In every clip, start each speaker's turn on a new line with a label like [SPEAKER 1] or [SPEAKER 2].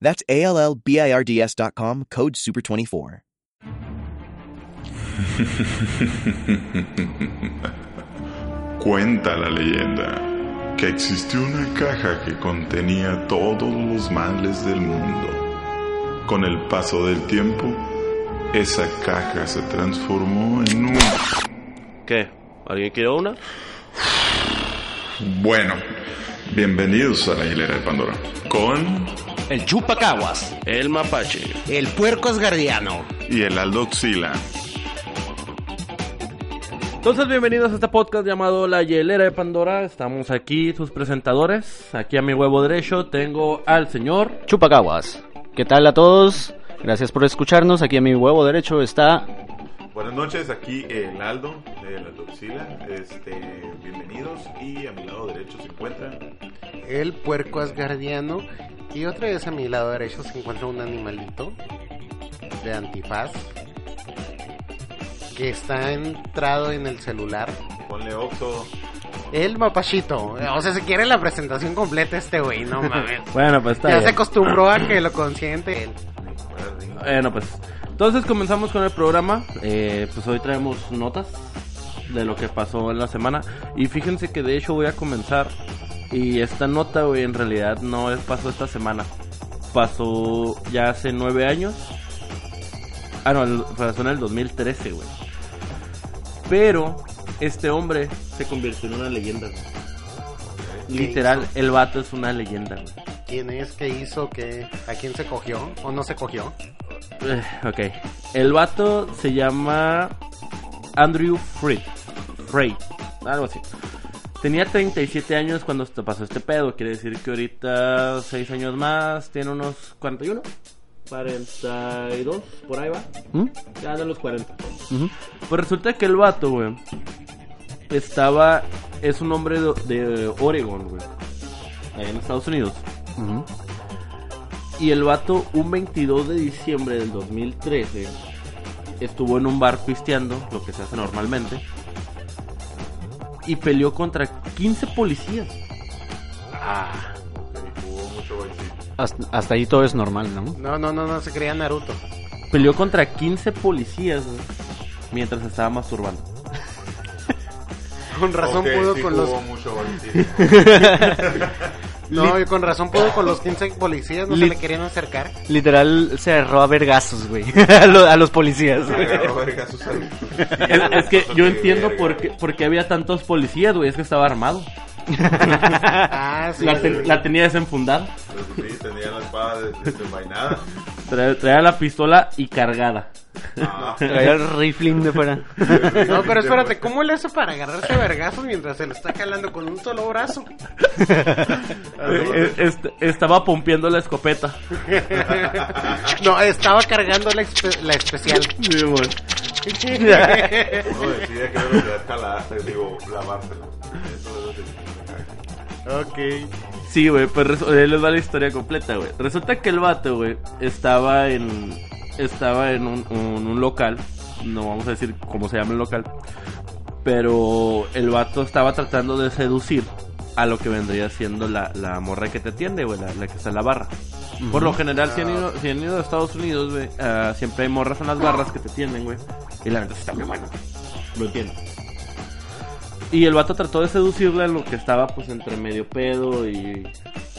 [SPEAKER 1] That's A L L B I R D S dot com, code SUPER24.
[SPEAKER 2] Cuenta la leyenda que existió una caja que contenía todos los males del mundo. Con el paso del tiempo, esa caja se transformó en un...
[SPEAKER 3] ¿Qué? ¿Alguien quiere una?
[SPEAKER 2] Bueno, bienvenidos a la hilera de Pandora. Con...
[SPEAKER 4] El chupacaguas.
[SPEAKER 3] El mapache.
[SPEAKER 4] El puerco asgardiano.
[SPEAKER 2] y el Aldoxila.
[SPEAKER 3] Entonces, bienvenidos a este podcast llamado La Hielera de Pandora. Estamos aquí, sus presentadores. Aquí a mi huevo derecho tengo al señor.
[SPEAKER 5] Chupacaguas. ¿Qué tal a todos? Gracias por escucharnos. Aquí a mi huevo derecho está.
[SPEAKER 6] Buenas noches, aquí el Aldo de la Tuxila. Este, bienvenidos y a mi lado derecho se encuentra.
[SPEAKER 4] El puerco asgardiano. Y otra vez a mi lado derecho se encuentra un animalito de antifaz que está entrado en el celular.
[SPEAKER 6] Ponle Oxo.
[SPEAKER 4] El mapachito. O sea, se quiere la presentación completa este güey, no mames.
[SPEAKER 3] Bueno, pues está
[SPEAKER 4] ya se
[SPEAKER 3] bien.
[SPEAKER 4] acostumbró a que lo consiente él.
[SPEAKER 3] Bueno, pues. Entonces, comenzamos con el programa. Eh, pues hoy traemos notas de lo que pasó en la semana. Y fíjense que de hecho voy a comenzar. Y esta nota, güey, en realidad no es- pasó esta semana. Pasó ya hace nueve años. Ah, no, el- pasó en el 2013, güey. Pero este hombre se convirtió en una leyenda, güey. Literal, el vato es una leyenda, güey.
[SPEAKER 4] ¿Quién es? ¿Qué hizo? ¿Qué? ¿A quién se cogió? ¿O no se cogió?
[SPEAKER 3] Eh, Ok. El vato se llama Andrew Freed. Freed. Algo así. Tenía 37 años cuando esto pasó este pedo. Quiere decir que ahorita, 6 años más, tiene unos 41. 42, por ahí va.
[SPEAKER 5] ¿Mm?
[SPEAKER 3] Ya de los 40.
[SPEAKER 5] Ujú.
[SPEAKER 3] Pues resulta que el vato, güey, estaba. Es un hombre de, de Oregon, güey. Allá en Estados Unidos.
[SPEAKER 5] Ujú.
[SPEAKER 3] Y el vato, un 22 de diciembre del 2013, estuvo en un bar pisteando, lo que se hace normalmente, y peleó contra 15 policías.
[SPEAKER 6] Hubo mucho baile.
[SPEAKER 5] Hasta, hasta ahí todo es normal, ¿no?
[SPEAKER 4] No, no, no, no se creía Naruto.
[SPEAKER 3] Peleó contra 15 policías güey, mientras estaba masturbando.
[SPEAKER 4] Con razón
[SPEAKER 6] Ok,
[SPEAKER 4] pudo
[SPEAKER 6] sí,
[SPEAKER 4] con los
[SPEAKER 6] Hubo mucho baile.
[SPEAKER 4] No, y con razón pudo con los 15 policías, no se
[SPEAKER 5] Lit-
[SPEAKER 4] le querían acercar.
[SPEAKER 5] Literal se agarró a vergazos, güey. a, lo- a los policías. güey.
[SPEAKER 6] Agarró vergas sus amigos.
[SPEAKER 3] Es, es que yo entiendo
[SPEAKER 6] Verga.
[SPEAKER 3] por qué, por qué había tantos policías, güey, es que estaba armado.
[SPEAKER 4] Ah, sí.
[SPEAKER 3] La, ten- la tenía desenfundada,
[SPEAKER 6] Pues Sí, tenía la espada des- desenvainada.
[SPEAKER 3] tra- traía la pistola y cargada.
[SPEAKER 6] Ah,
[SPEAKER 5] Traía el rifling de fuera.
[SPEAKER 4] No, pero espérate, ¿cómo le hace para agarrarse a vergazos mientras se lo está jalando con un solo brazo?
[SPEAKER 3] Eh, eh, est- estaba pompeando la escopeta.
[SPEAKER 4] No, estaba cargando la, espe- la especial.
[SPEAKER 3] Sí, güey.
[SPEAKER 6] uno decide que velocidad jalaste, digo, lavársela. Eso es lo que-
[SPEAKER 4] ok.
[SPEAKER 3] Sí, güey, pues resu- ahí les va la historia completa, güey. Resulta que el vato, güey, estaba en. Estaba en un, un- un local. No vamos a decir cómo se llama el local. Pero el vato estaba tratando de seducir a lo que vendría siendo la, la morra que te atiende, güey, la, la que está en la barra. Por lo general, si han ido, si han ido a Estados Unidos, güey, ah, siempre hay morras en las barras que te atienden, güey. Y la neta sí está muy buena. Lo entiendo. Y el vato trató de seducirla en lo que estaba, pues, entre medio pedo y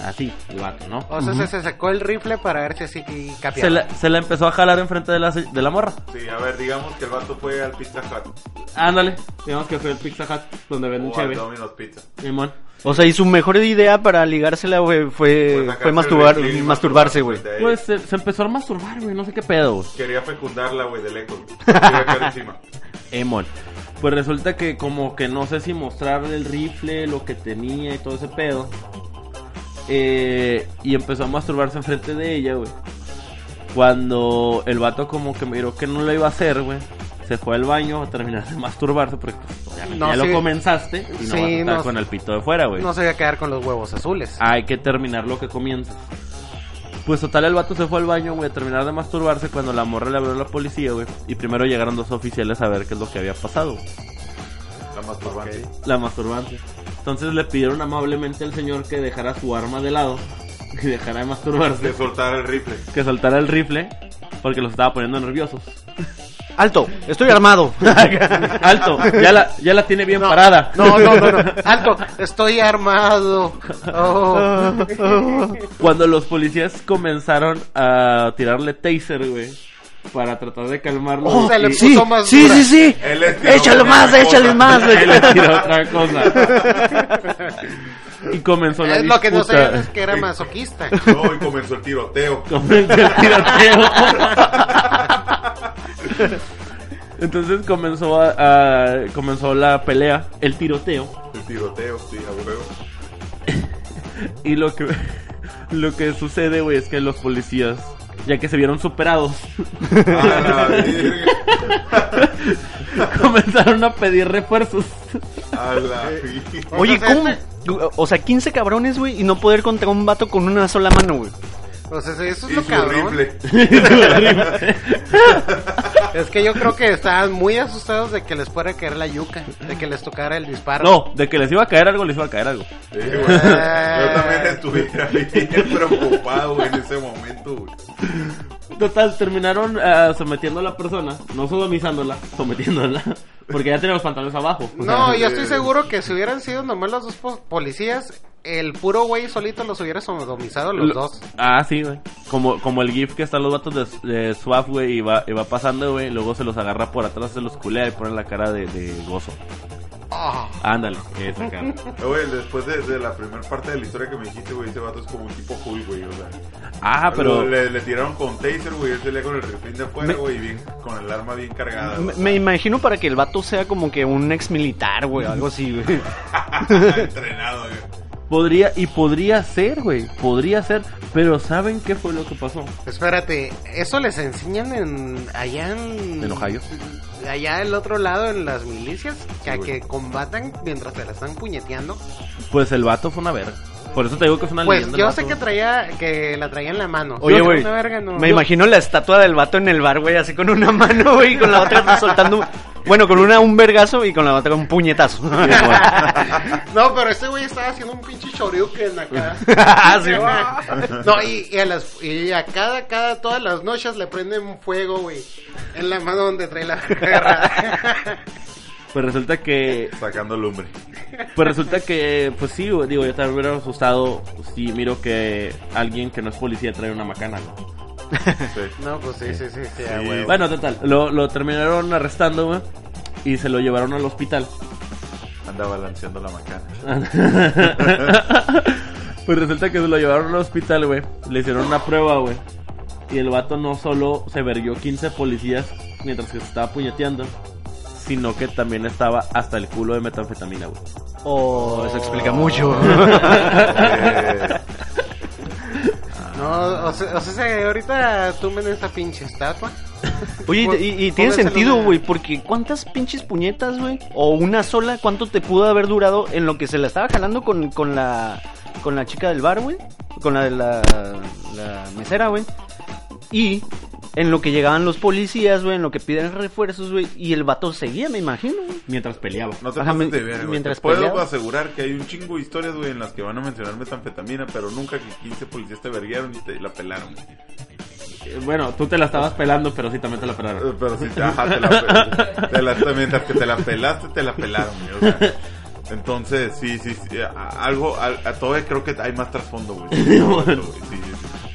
[SPEAKER 3] así, el vato, ¿no?
[SPEAKER 4] O sea, se- se sacó el rifle para ver si así
[SPEAKER 3] Se
[SPEAKER 4] capeaba.
[SPEAKER 3] la, se la empezó a jalar enfrente de la, se- de la morra.
[SPEAKER 6] Sí, a ver, digamos que el vato fue al Pizza Hut.
[SPEAKER 3] Ándale, digamos que fue el Pizza Hut donde venden
[SPEAKER 6] O al
[SPEAKER 3] cheve.
[SPEAKER 6] Domino's Pizza.
[SPEAKER 3] Simón.
[SPEAKER 5] O sea, y su mejor idea para ligársela, güey, fue,
[SPEAKER 6] Pues
[SPEAKER 5] fue
[SPEAKER 6] sacarse
[SPEAKER 5] masturbar,
[SPEAKER 6] el rifle y
[SPEAKER 5] masturbarse, güey.
[SPEAKER 6] frente a ella.
[SPEAKER 3] Pues se, se empezó a masturbar, güey, no sé qué pedo, güey.
[SPEAKER 6] Quería fecundarla, güey, de lejos. Quería caer encima.
[SPEAKER 3] Emon. Pues resulta que como que no sé si mostrar el rifle, lo que tenía y todo ese pedo. Eh, y empezó a masturbarse enfrente de ella, güey. Cuando el vato como que miró que no lo iba a hacer, güey. Se fue al baño a terminar de masturbarse porque pues, obviamente
[SPEAKER 4] No,
[SPEAKER 3] ya
[SPEAKER 4] sí.
[SPEAKER 3] lo comenzaste y no
[SPEAKER 4] Sí,
[SPEAKER 3] vas a estar
[SPEAKER 4] no.
[SPEAKER 3] con el pito de fuera, güey. Ah.
[SPEAKER 4] No se va a quedar con los huevos azules.
[SPEAKER 3] Hay que terminar lo que comienzas. Pues total, el vato se fue al baño, güey, a terminar de masturbarse cuando la morra le habló a la policía, güey. Y primero llegaron dos oficiales a ver qué es lo que había pasado. güey.
[SPEAKER 6] La masturbante.
[SPEAKER 3] La masturbante. Entonces le pidieron amablemente al señor que dejara su arma de lado y dejara de
[SPEAKER 6] De
[SPEAKER 3] masturbarse,
[SPEAKER 6] soltar el rifle.
[SPEAKER 3] que soltara el rifle porque los estaba poniendo nerviosos.
[SPEAKER 5] ¡Alto! ¡Estoy armado!
[SPEAKER 3] Alto, ya la, ya la tiene bien parada.
[SPEAKER 4] No, no, no, no. Alto, estoy armado. Oh.
[SPEAKER 3] Cuando los policías comenzaron a tirarle taser, güey, para tratar de calmarlo.
[SPEAKER 4] Oh, se le
[SPEAKER 3] y-
[SPEAKER 4] puso más
[SPEAKER 5] sí,
[SPEAKER 4] dura.
[SPEAKER 5] sí, sí.
[SPEAKER 6] Él les tiró
[SPEAKER 5] Échale
[SPEAKER 6] una
[SPEAKER 5] más,
[SPEAKER 6] cosa.
[SPEAKER 5] échale más.
[SPEAKER 3] y le tiró otra cosa. Y comenzó la
[SPEAKER 4] Es lo que no
[SPEAKER 3] disputa.
[SPEAKER 4] sabían es que era masoquista.
[SPEAKER 6] No, y comenzó el tiroteo.
[SPEAKER 3] Comenzó el tiroteo. Entonces comenzó a- a- comenzó la pelea, el tiroteo
[SPEAKER 6] El tiroteo, sí, a huevo.
[SPEAKER 3] y lo que lo que sucede, güey, es que los policías ya que se vieron superados,
[SPEAKER 6] A la virgen.
[SPEAKER 3] comenzaron a pedir refuerzos.
[SPEAKER 6] A la
[SPEAKER 4] Eh,
[SPEAKER 6] virgen.
[SPEAKER 5] Oye,
[SPEAKER 4] Entonces,
[SPEAKER 5] ¿cómo? O sea, 15 cabrones, güey, y no poder contra un vato con una sola mano, güey.
[SPEAKER 4] O sea, eso es
[SPEAKER 6] Y
[SPEAKER 4] lo
[SPEAKER 6] su
[SPEAKER 4] cabrón.
[SPEAKER 6] rifle.
[SPEAKER 4] Es que yo creo que estaban muy asustados de que les fuera a caer la yuca, de que les tocara el disparo.
[SPEAKER 3] No, de que les iba a caer algo, les iba a caer algo.
[SPEAKER 6] Sí, güey.
[SPEAKER 4] Eh.
[SPEAKER 6] Yo también estuviera bien preocupado en ese momento, güey.
[SPEAKER 3] Total, terminaron ah, sometiendo a la persona, no sodomizándola, sometiéndola, porque ya tenía los pantalones abajo. o sea,
[SPEAKER 4] No, yo estoy seguro que si hubieran sido nomás los dos po- policías, el puro güey solito los hubiera sodomizado los
[SPEAKER 3] Lo-
[SPEAKER 4] dos.
[SPEAKER 3] Ah, sí, güey. Como, como el GIF que están los vatos de, de Swap, güey, y va, y va pasando, güey. Luego se los agarra por atrás, se los culea y ponen la cara de, de gozo.
[SPEAKER 4] Ah,
[SPEAKER 3] Ándale, esa cara.
[SPEAKER 6] Eh, Güey, después de, de la primera parte de la historia que me dijiste, güey, ese vato es como un tipo Hulk, güey. O sea,
[SPEAKER 3] Ah,
[SPEAKER 6] Lo-
[SPEAKER 3] pero.
[SPEAKER 6] le, le tiraron con taser, güey, él salía con el rifle de afuera,
[SPEAKER 5] Me-
[SPEAKER 6] güey, y bien, con el arma bien cargada.
[SPEAKER 5] Me,
[SPEAKER 6] güey.
[SPEAKER 5] me imagino para que el vato sea como que un ex militar, güey, algo así, güey.
[SPEAKER 6] Entrenado, güey.
[SPEAKER 3] Podría, y podría ser, güey. Podría ser. Pero ¿saben qué fue lo que pasó?
[SPEAKER 4] espérate, eso les enseñan en allá en,
[SPEAKER 3] ¿En Ohio?
[SPEAKER 4] Allá del otro lado en las milicias, que a
[SPEAKER 6] Sí, güey.
[SPEAKER 4] que combatan mientras te la están puñeteando.
[SPEAKER 3] Pues el vato fue una verga. Por eso te digo que fue una
[SPEAKER 4] Pues
[SPEAKER 3] leyenda. el
[SPEAKER 4] yo
[SPEAKER 3] vato.
[SPEAKER 4] sé que traía que la traía en la mano.
[SPEAKER 5] Oye,
[SPEAKER 4] Yo
[SPEAKER 5] güey,
[SPEAKER 4] una verga no-
[SPEAKER 5] me
[SPEAKER 4] yo-
[SPEAKER 5] imagino la estatua del vato en el bar, güey, así con una mano, güey, y con la otra soltando... Bueno, con una un vergazo y con la otra un puñetazo.
[SPEAKER 4] No, pero este güey estaba haciendo un pinche shoryuken acá.
[SPEAKER 5] Ah, Sí, güey.
[SPEAKER 4] no, y, y a las y a cada, cada, todas las noches le prenden fuego, güey. En la mano donde trae la guerra.
[SPEAKER 3] Pues resulta que
[SPEAKER 6] Sacando lumbre.
[SPEAKER 3] Pues resulta que, pues sí, güey, digo, yo también me hubiera asustado si miro que alguien que no es policía trae una macana, güey.
[SPEAKER 6] Sí.
[SPEAKER 4] No, pues sí, sí, sí, sí, a
[SPEAKER 6] Sí.
[SPEAKER 4] huevo.
[SPEAKER 3] Bueno, total, lo, lo terminaron arrestando, güey, y se lo llevaron al hospital.
[SPEAKER 6] Anda balanceando la macana.
[SPEAKER 3] pues resulta que se lo llevaron al hospital, güey, le hicieron una prueba, güey, y el vato no solo se verguió 15 policías mientras que se estaba puñeteando, sino que también estaba hasta el culo de metanfetamina, güey.
[SPEAKER 5] Oh, eso explica mucho.
[SPEAKER 6] Eh,
[SPEAKER 4] No, o sea, o sea, se- ahorita tumben esta pinche estatua.
[SPEAKER 5] Oye, y, y- y tiene
[SPEAKER 4] Póngaselo
[SPEAKER 5] sentido,
[SPEAKER 4] de-
[SPEAKER 5] güey, porque ¿cuántas pinches puñetas, güey? O una sola, ¿cuánto te pudo haber durado en lo que se la estaba jalando con, con la con la chica del bar, güey? Con la de la, la mesera, güey. Y en lo que llegaban los policías, güey, en lo que piden refuerzos, güey. Y el vato seguía, me imagino, güey.
[SPEAKER 3] Mientras peleaba.
[SPEAKER 6] no te
[SPEAKER 5] Ajá,
[SPEAKER 6] pases
[SPEAKER 5] mi-
[SPEAKER 6] de ver, güey.
[SPEAKER 5] mientras
[SPEAKER 6] Te Puedo
[SPEAKER 5] peleaba.
[SPEAKER 6] asegurar que hay un chingo de historias, güey, en las que van a mencionar metanfetamina, pero nunca que 15 policías te verguieron y te la pelaron. Eh,
[SPEAKER 3] Eh, Bueno, tú te la estabas pelando, pero sí también te la pelaron.
[SPEAKER 6] Eh, Pero sí, ajá, te la pelaron. Te la- mientras que te la pelaste, te la pelaron, güey. o sea. entonces, sí, sí, sí, a- a- algo, a, a- todavía creo que hay más trasfondo, güey. Sí, güey, sí, sí, sí.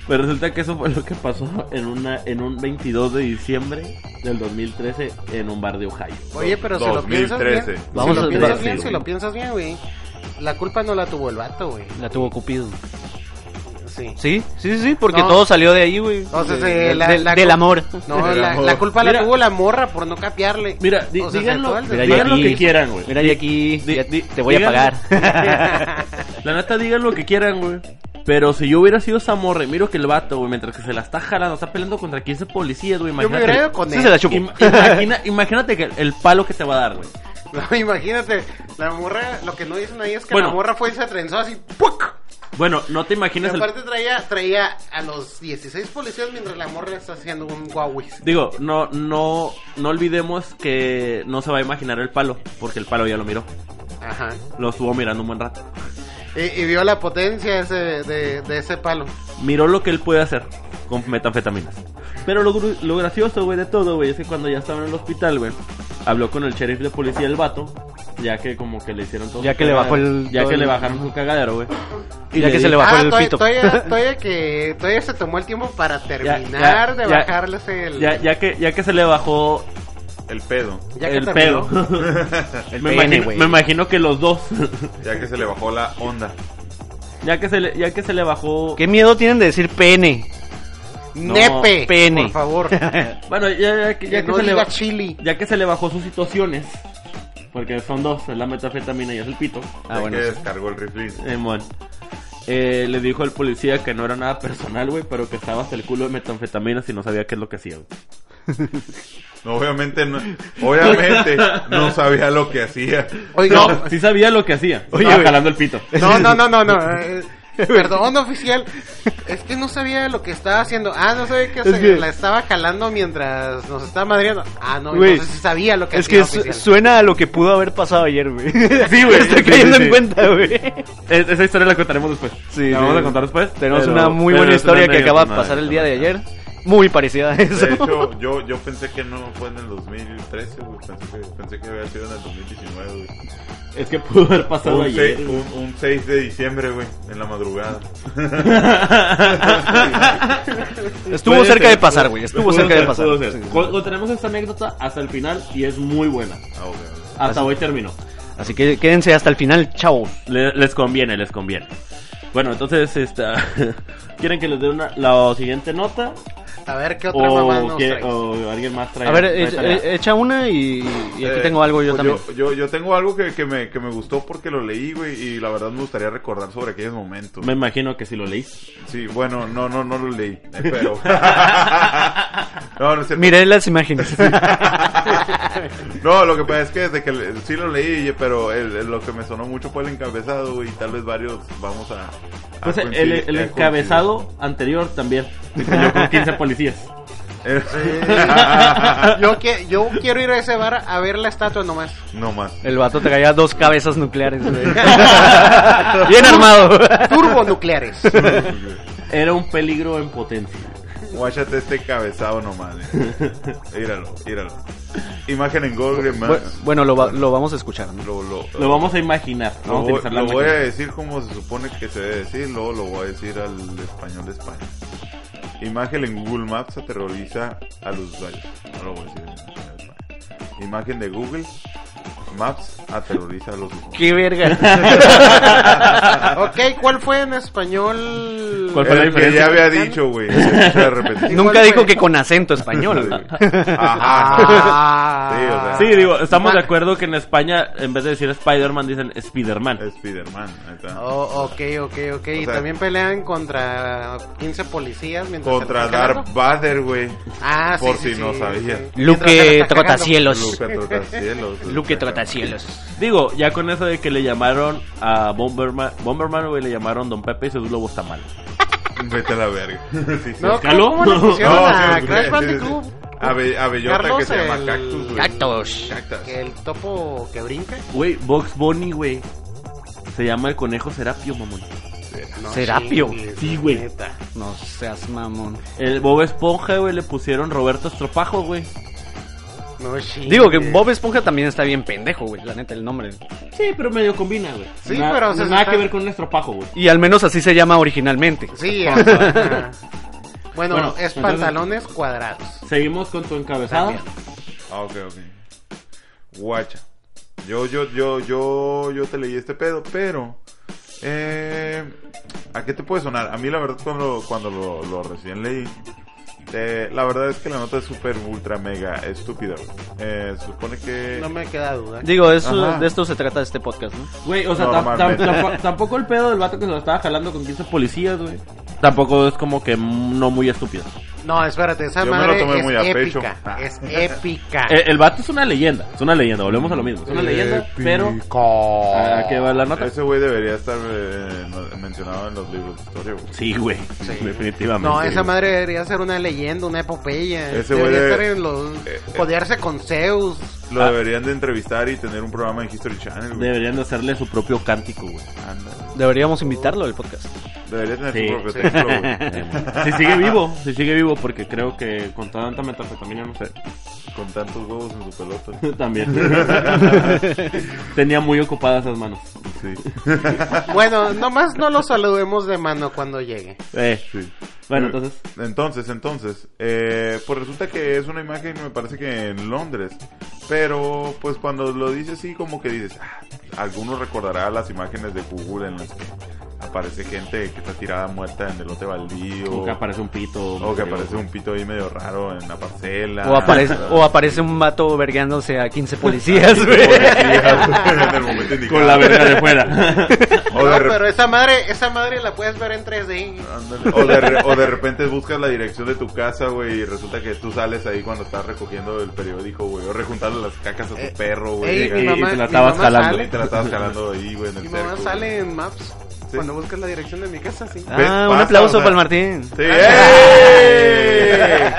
[SPEAKER 3] Pero Pues resulta que eso fue lo que pasó en una en un 22 de diciembre del 2013 en un bar de Ohio.
[SPEAKER 4] Oye, pero si lo piensas
[SPEAKER 6] 2013.
[SPEAKER 4] bien,
[SPEAKER 5] Vamos
[SPEAKER 4] si
[SPEAKER 5] a-
[SPEAKER 4] lo piensas bien,
[SPEAKER 3] sí.
[SPEAKER 4] si lo piensas bien, güey. La culpa no la tuvo el vato, güey.
[SPEAKER 5] La tuvo Cupido.
[SPEAKER 4] Sí.
[SPEAKER 5] Sí, sí, sí, sí, porque
[SPEAKER 4] No.
[SPEAKER 5] todo salió de ahí, güey.
[SPEAKER 4] O sea,
[SPEAKER 5] De-
[SPEAKER 4] se-
[SPEAKER 5] de-
[SPEAKER 4] la-
[SPEAKER 5] de-
[SPEAKER 4] la-
[SPEAKER 5] del amor.
[SPEAKER 4] No,
[SPEAKER 6] El
[SPEAKER 4] la,
[SPEAKER 6] amor.
[SPEAKER 4] la culpa
[SPEAKER 3] Mira.
[SPEAKER 4] la tuvo la morra por no capearle.
[SPEAKER 3] Mira, di-
[SPEAKER 4] O sea, se
[SPEAKER 3] díganlo,
[SPEAKER 4] fue al
[SPEAKER 5] Mira,
[SPEAKER 4] desmadre.
[SPEAKER 3] digan
[SPEAKER 5] ya
[SPEAKER 3] lo
[SPEAKER 5] aquí-
[SPEAKER 3] que quieran, güey.
[SPEAKER 5] Mira, y aquí
[SPEAKER 3] Di-
[SPEAKER 5] ya
[SPEAKER 3] di-
[SPEAKER 5] te voy a
[SPEAKER 3] digan-
[SPEAKER 5] pagar.
[SPEAKER 3] La neta digan lo que quieran, güey. Pero si yo hubiera sido esa morra, y miro que el vato, güey, mientras que se la está jalando, está peleando contra 15 policías, güey.
[SPEAKER 4] Yo me hubiera
[SPEAKER 3] Imagínate,
[SPEAKER 4] ido con
[SPEAKER 5] Sí se la
[SPEAKER 4] él.
[SPEAKER 5] chupo.
[SPEAKER 3] im- imagina- imagínate que el palo que te va a dar, güey.
[SPEAKER 4] No, imagínate, la morra, lo que no dicen ahí es que
[SPEAKER 3] Bueno.
[SPEAKER 4] la morra fue y se trenzó así, ¡puc!
[SPEAKER 3] Bueno, no te
[SPEAKER 4] Y
[SPEAKER 3] imaginas el...
[SPEAKER 4] aparte traía, traía a los 16 policías mientras la morra está haciendo un guauis.
[SPEAKER 3] Digo, no, no, no olvidemos que no se va a imaginar el palo, porque el palo ya lo miró.
[SPEAKER 4] Ajá.
[SPEAKER 3] Lo estuvo mirando un buen rato.
[SPEAKER 4] Y, y vio la potencia ese, de, de ese palo.
[SPEAKER 3] Miró lo que él puede hacer con metanfetaminas. Pero lo, gru- lo gracioso, güey, de todo, güey, es que cuando ya estaba en el hospital, güey, habló con el sheriff de policía el vato, ya que como que le hicieron todo.
[SPEAKER 5] Ya
[SPEAKER 3] su
[SPEAKER 5] que le bajó
[SPEAKER 3] cagadero,
[SPEAKER 5] el-
[SPEAKER 3] Ya
[SPEAKER 5] todo
[SPEAKER 3] que
[SPEAKER 5] el-
[SPEAKER 3] le bajaron su cagadero, güey.
[SPEAKER 5] Ya que se le
[SPEAKER 3] dijo-
[SPEAKER 5] bajó
[SPEAKER 4] Ah,
[SPEAKER 5] el
[SPEAKER 4] todavía,
[SPEAKER 5] pito.
[SPEAKER 4] todavía, todavía que, todavía se tomó el tiempo para terminar de
[SPEAKER 3] ya.
[SPEAKER 4] bajarles el...
[SPEAKER 3] Ya, ya que, ya que se le bajó
[SPEAKER 6] El pedo.
[SPEAKER 4] ya que
[SPEAKER 3] el
[SPEAKER 4] terminó.
[SPEAKER 3] pedo.
[SPEAKER 5] El
[SPEAKER 3] me,
[SPEAKER 5] pene,
[SPEAKER 3] imagino,
[SPEAKER 5] güey.
[SPEAKER 3] me imagino que los dos.
[SPEAKER 6] Ya que se le bajó la onda.
[SPEAKER 3] ya que se le, ya que se le bajó.
[SPEAKER 5] ¿Qué miedo tienen de decir pene?
[SPEAKER 3] No,
[SPEAKER 4] Nepe,
[SPEAKER 5] pene.
[SPEAKER 4] por favor.
[SPEAKER 3] Bueno, ya, ya que- ya
[SPEAKER 4] que
[SPEAKER 3] que
[SPEAKER 4] no
[SPEAKER 3] se le
[SPEAKER 4] diga
[SPEAKER 3] bajó.
[SPEAKER 4] chili.
[SPEAKER 3] Ya que se le bajó sus situaciones, porque son dos, es la metafetamina y es el pito.
[SPEAKER 5] Ah,
[SPEAKER 6] ya
[SPEAKER 5] bueno,
[SPEAKER 6] que
[SPEAKER 5] sí.
[SPEAKER 6] descargó el rifle.
[SPEAKER 3] Eh, mon. Eh, le dijo al policía que no era nada personal, güey, pero que estaba hasta el culo de metanfetaminas y no sabía qué es lo que hacía, güey.
[SPEAKER 6] No, obviamente, no, obviamente no sabía lo que hacía.
[SPEAKER 4] Oiga,
[SPEAKER 3] No, sí sabía lo que hacía.
[SPEAKER 5] Oye,
[SPEAKER 3] estaba
[SPEAKER 5] güey.
[SPEAKER 3] jalando el pito.
[SPEAKER 4] No, no, no, no, no. eh, Perdón, oficial. Es que no sabía lo que estaba haciendo. Ah, no sabía que
[SPEAKER 5] Es
[SPEAKER 4] se
[SPEAKER 5] que-
[SPEAKER 4] la estaba jalando mientras nos estaba madriando. Ah, no,
[SPEAKER 5] Güey,
[SPEAKER 4] entonces sí sabía lo que
[SPEAKER 5] Es
[SPEAKER 4] hacía.
[SPEAKER 5] que su-
[SPEAKER 4] oficial.
[SPEAKER 5] suena a lo que pudo haber pasado ayer, güey.
[SPEAKER 3] Sí, güey.
[SPEAKER 5] Estoy
[SPEAKER 3] Sí,
[SPEAKER 5] cayendo
[SPEAKER 3] sí,
[SPEAKER 5] en
[SPEAKER 3] sí.
[SPEAKER 5] cuenta, güey.
[SPEAKER 3] Es- esa historia la contaremos después.
[SPEAKER 5] Sí,
[SPEAKER 3] la
[SPEAKER 5] sí.
[SPEAKER 3] vamos a contar después.
[SPEAKER 5] Tenemos
[SPEAKER 3] pero-
[SPEAKER 5] una muy
[SPEAKER 3] pero
[SPEAKER 5] buena
[SPEAKER 3] es una
[SPEAKER 5] historia que acaba de
[SPEAKER 3] anécdota,
[SPEAKER 5] pasar el
[SPEAKER 3] madre.
[SPEAKER 5] día de ayer. Muy parecida a eso.
[SPEAKER 6] De hecho, yo, yo pensé que no fue en el 2013, güey. Pensé que, pensé que había sido en el 2019, güey.
[SPEAKER 3] Es que pudo haber pasado
[SPEAKER 6] Un,
[SPEAKER 3] ayer.
[SPEAKER 6] se- un- un 6 de diciembre, güey, en la madrugada.
[SPEAKER 5] Estuvo
[SPEAKER 3] Puede
[SPEAKER 5] cerca
[SPEAKER 3] ser,
[SPEAKER 5] de pasar, güey.
[SPEAKER 3] puede-
[SPEAKER 5] Estuvo
[SPEAKER 3] puede
[SPEAKER 5] cerca
[SPEAKER 3] ser,
[SPEAKER 5] de pasar.
[SPEAKER 3] puede ser.
[SPEAKER 5] Sí, sí.
[SPEAKER 3] Con- con- Tenemos esta anécdota hasta el final y es muy buena.
[SPEAKER 6] Ah, ok, ok.
[SPEAKER 3] Hasta hoy terminó.
[SPEAKER 5] Así que quédense hasta el final, chao.
[SPEAKER 3] Le- les conviene, les conviene. Bueno, entonces, esta, ¿quieren que les dé una, la siguiente nota?
[SPEAKER 4] A ver qué otra mamá
[SPEAKER 3] O,
[SPEAKER 4] nos
[SPEAKER 3] que-
[SPEAKER 4] traes?
[SPEAKER 3] o alguien más trae?
[SPEAKER 5] A ver,
[SPEAKER 3] trae
[SPEAKER 5] e-
[SPEAKER 3] tarea?
[SPEAKER 5] e- echa una y, y aquí
[SPEAKER 6] Eh,
[SPEAKER 5] tengo algo
[SPEAKER 6] pues
[SPEAKER 5] yo también.
[SPEAKER 6] Yo, yo tengo algo que, que me, que me gustó porque lo leí, güey, y la verdad me gustaría recordar sobre aquellos
[SPEAKER 5] eh,
[SPEAKER 6] momentos.
[SPEAKER 3] Me imagino que si lo leís.
[SPEAKER 6] Sí, bueno, no, no, no lo leí, eh, pero... no, no es cierto.
[SPEAKER 5] Miré las imágenes.
[SPEAKER 6] No, lo que pasa es que desde que le- sí lo leí, pero el- el- lo que me sonó mucho fue el encabezado, güey, y tal vez varios vamos a... a
[SPEAKER 3] Pues el,
[SPEAKER 6] coincidir-
[SPEAKER 3] el
[SPEAKER 6] a
[SPEAKER 3] encabezado anterior también. Se peleó con 15 policías.
[SPEAKER 6] coincidir.
[SPEAKER 4] yo, que, yo quiero ir a ese bar a ver la estatua nomás.
[SPEAKER 6] no más.
[SPEAKER 5] El vato te caía dos cabezas nucleares, güey. Bien armado.
[SPEAKER 4] Turbonucleares.
[SPEAKER 3] Era un peligro en potencia.
[SPEAKER 6] Guáchate este encabezado nomás, eh. Míralo, míralo. Imagen en Google,
[SPEAKER 5] Bu-
[SPEAKER 6] más.
[SPEAKER 5] Bueno, lo, va- lo vamos a escuchar, ¿no?
[SPEAKER 6] Lo, lo,
[SPEAKER 3] Lo vamos a imaginar.
[SPEAKER 6] Lo
[SPEAKER 3] Vamos a
[SPEAKER 6] voy,
[SPEAKER 3] utilizar la
[SPEAKER 6] lo voy a
[SPEAKER 3] máquina.
[SPEAKER 6] decir como se supone que se debe decir, luego lo voy a decir al español de España. Imagen en Google Maps aterroriza a los usuarios. No lo voy a decir en español de España. Imagen de Google Maps aterroriza a los usuarios.
[SPEAKER 5] ¡Qué verga!
[SPEAKER 4] ok, ¿cuál fue en español?
[SPEAKER 3] ¿Cuál fue la
[SPEAKER 6] El que
[SPEAKER 3] diferencia?
[SPEAKER 6] ya había dicho, güey. Escucha de repente.
[SPEAKER 5] Nunca dijo que con acento español, güey.
[SPEAKER 6] Ajá.
[SPEAKER 4] Ah.
[SPEAKER 6] Sí, o sea.
[SPEAKER 3] Sí, digo, estamos
[SPEAKER 4] Ma-
[SPEAKER 3] de acuerdo que en España, en vez de decir Spider-Man, dicen Spider-Man.
[SPEAKER 6] Spiderman, ahí está.
[SPEAKER 4] Oh, ok, ok, ok. y
[SPEAKER 6] sea-
[SPEAKER 4] también pelean contra 15 policías mientras
[SPEAKER 6] Contra
[SPEAKER 4] se la están
[SPEAKER 6] Darth Vader, güey.
[SPEAKER 4] jalando. Ah, sí,
[SPEAKER 6] por
[SPEAKER 4] sí,
[SPEAKER 6] si no
[SPEAKER 4] sí,
[SPEAKER 6] sabía.
[SPEAKER 4] sí. Mientras se la
[SPEAKER 5] Luque
[SPEAKER 4] está cagando.
[SPEAKER 5] Trotacielos.
[SPEAKER 6] Luke Trotacielos.
[SPEAKER 5] Luque Trotacielos.
[SPEAKER 3] Digo, ya con eso de que le llamaron a Bomberman, Bomberman, güey, le llamaron Don Pepe y sus globos está mal.
[SPEAKER 6] Vete a la verga. Sí, sí.
[SPEAKER 4] No,
[SPEAKER 3] ¿Caló?
[SPEAKER 4] ¿cómo le pusieron
[SPEAKER 6] No,
[SPEAKER 4] a
[SPEAKER 6] sí,
[SPEAKER 4] Crash
[SPEAKER 6] sí,
[SPEAKER 4] Bandicoot?
[SPEAKER 6] sí, sí. A, Be- a Bellota que
[SPEAKER 4] Carlos,
[SPEAKER 6] se llama
[SPEAKER 4] el-
[SPEAKER 6] Cactus, güey.
[SPEAKER 5] Cactus.
[SPEAKER 6] Cactus.
[SPEAKER 4] Que el topo que brinca.
[SPEAKER 3] Güey, Box Bunny, güey. Se llama el conejo Serapio, mamón.
[SPEAKER 4] No,
[SPEAKER 5] Serapio.
[SPEAKER 3] Sí, güey.
[SPEAKER 4] neta.
[SPEAKER 5] No seas mamón.
[SPEAKER 3] El Bob Esponja, güey, le pusieron Roberto Estropajo, güey.
[SPEAKER 4] No, sí.
[SPEAKER 5] Digo que Bob Esponja también está bien pendejo, güey. La neta, el nombre.
[SPEAKER 3] Sí, pero medio combina, güey.
[SPEAKER 4] Sí,
[SPEAKER 3] Na-
[SPEAKER 4] pero, o sea,
[SPEAKER 3] nada
[SPEAKER 4] está-
[SPEAKER 3] que ver con un estropajo, güey.
[SPEAKER 5] Y al menos así se llama originalmente.
[SPEAKER 4] Sí, ajá. Bueno,
[SPEAKER 3] Bueno,
[SPEAKER 4] es
[SPEAKER 3] entonces-
[SPEAKER 4] pantalones cuadrados.
[SPEAKER 3] Seguimos con tu encabezado.
[SPEAKER 4] También.
[SPEAKER 6] Ah, ok, ok. Guacha. Yo, yo, yo, yo, yo te leí este pedo, pero... Eh, ¿A qué te puede sonar? A mí la verdad cuando, cuando lo, lo recién leí, Este, la verdad es que la nota es súper, ultra, mega estúpida. güey. Eh, se supone que...
[SPEAKER 4] No me queda duda.
[SPEAKER 5] Digo, eso,
[SPEAKER 6] Ajá.
[SPEAKER 5] de esto se trata este podcast, ¿no?
[SPEAKER 3] Güey, o sea, tam- tam-
[SPEAKER 6] Normalmente.
[SPEAKER 3] tampo- tampoco el pedo del vato que se lo estaba jalando con 15 policías, güey. Tampoco es como que mm, no muy estúpido.
[SPEAKER 4] No, espérate, esa
[SPEAKER 6] Yo me lo
[SPEAKER 4] madre
[SPEAKER 6] tomé muy a
[SPEAKER 4] es
[SPEAKER 6] pecho.
[SPEAKER 4] épica.
[SPEAKER 6] Ah.
[SPEAKER 4] Es épica.
[SPEAKER 3] Eh, El, vato es una leyenda, es una leyenda, volvemos a lo mismo. Es una leyenda, pero...
[SPEAKER 6] Ah,
[SPEAKER 3] ¿A qué va la nota?
[SPEAKER 6] Ese güey debería estar eh, no- mencionado en los libros de historia, güey.
[SPEAKER 3] Sí, güey,
[SPEAKER 4] Sí.
[SPEAKER 3] definitivamente.
[SPEAKER 4] No, esa
[SPEAKER 3] güey.
[SPEAKER 4] madre debería ser una leyenda, una epopeya.
[SPEAKER 6] Ese
[SPEAKER 4] debería
[SPEAKER 6] güey
[SPEAKER 4] estar
[SPEAKER 6] debe-
[SPEAKER 4] en los.
[SPEAKER 6] eh, eh.
[SPEAKER 4] Codearse con Zeus.
[SPEAKER 6] Lo
[SPEAKER 3] Ah.
[SPEAKER 6] deberían de entrevistar y tener un programa en History Channel, güey.
[SPEAKER 3] Deberían de hacerle su propio cántico, güey.
[SPEAKER 6] Anda, güey.
[SPEAKER 5] Deberíamos invitarlo al podcast.
[SPEAKER 6] Debería tener
[SPEAKER 3] Sí.
[SPEAKER 6] su propio templo, güey.
[SPEAKER 3] Si sigue vivo, si sigue vivo, porque creo que con tanta metafetamina, no sé.
[SPEAKER 6] Con tantos huevos en su pelota.
[SPEAKER 3] También. Tenía muy ocupadas esas manos.
[SPEAKER 6] Sí.
[SPEAKER 4] Bueno, nomás no lo saludemos de mano cuando llegue.
[SPEAKER 3] Eh,
[SPEAKER 6] Sí.
[SPEAKER 3] bueno,
[SPEAKER 6] Eh,
[SPEAKER 3] entonces.
[SPEAKER 6] Entonces, entonces, eh, pues resulta que es una imagen, me parece que en Londres. Pero, pues cuando lo dices así, como que dices, ah, algunos recordará las imágenes de Google en las que aparece gente que está tirada muerta en delote baldío.
[SPEAKER 3] Como que aparece un pito.
[SPEAKER 6] o Oh. que aparece un pito ahí medio raro en la parcela.
[SPEAKER 5] O aparece,
[SPEAKER 6] Ah.
[SPEAKER 5] o aparece un vato vergueándose a 15 policías, güey.
[SPEAKER 6] en el momento indicado.
[SPEAKER 3] Con la verga de fuera.
[SPEAKER 6] O
[SPEAKER 4] no,
[SPEAKER 6] de re-
[SPEAKER 4] pero esa madre, esa madre la puedes ver en 3D.
[SPEAKER 6] Ándale. O de, re- o de repente buscas la dirección de tu casa, güey, y resulta que tú sales ahí cuando estás recogiendo el periódico, güey, o rejuntando las cacas a tu
[SPEAKER 4] Eh,
[SPEAKER 6] perro, güey.
[SPEAKER 4] Ey,
[SPEAKER 6] llega
[SPEAKER 4] mi
[SPEAKER 3] y-
[SPEAKER 6] y-
[SPEAKER 4] mamá,
[SPEAKER 3] te la
[SPEAKER 4] mi
[SPEAKER 3] estabas
[SPEAKER 4] mamá
[SPEAKER 3] jalando.
[SPEAKER 6] y
[SPEAKER 4] sale.
[SPEAKER 6] te la estabas jalando ahí, güey, en el
[SPEAKER 4] Mi
[SPEAKER 6] cerco,
[SPEAKER 4] mamá
[SPEAKER 6] güey.
[SPEAKER 4] sale en Maps.
[SPEAKER 6] Sí.
[SPEAKER 4] Cuando buscas la dirección de mi casa, sí.
[SPEAKER 5] Ah,
[SPEAKER 6] ¿Ves?
[SPEAKER 5] un
[SPEAKER 6] Pasa,
[SPEAKER 5] aplauso
[SPEAKER 6] o sea.
[SPEAKER 5] para el Martín.
[SPEAKER 6] Sí. ¡Eh!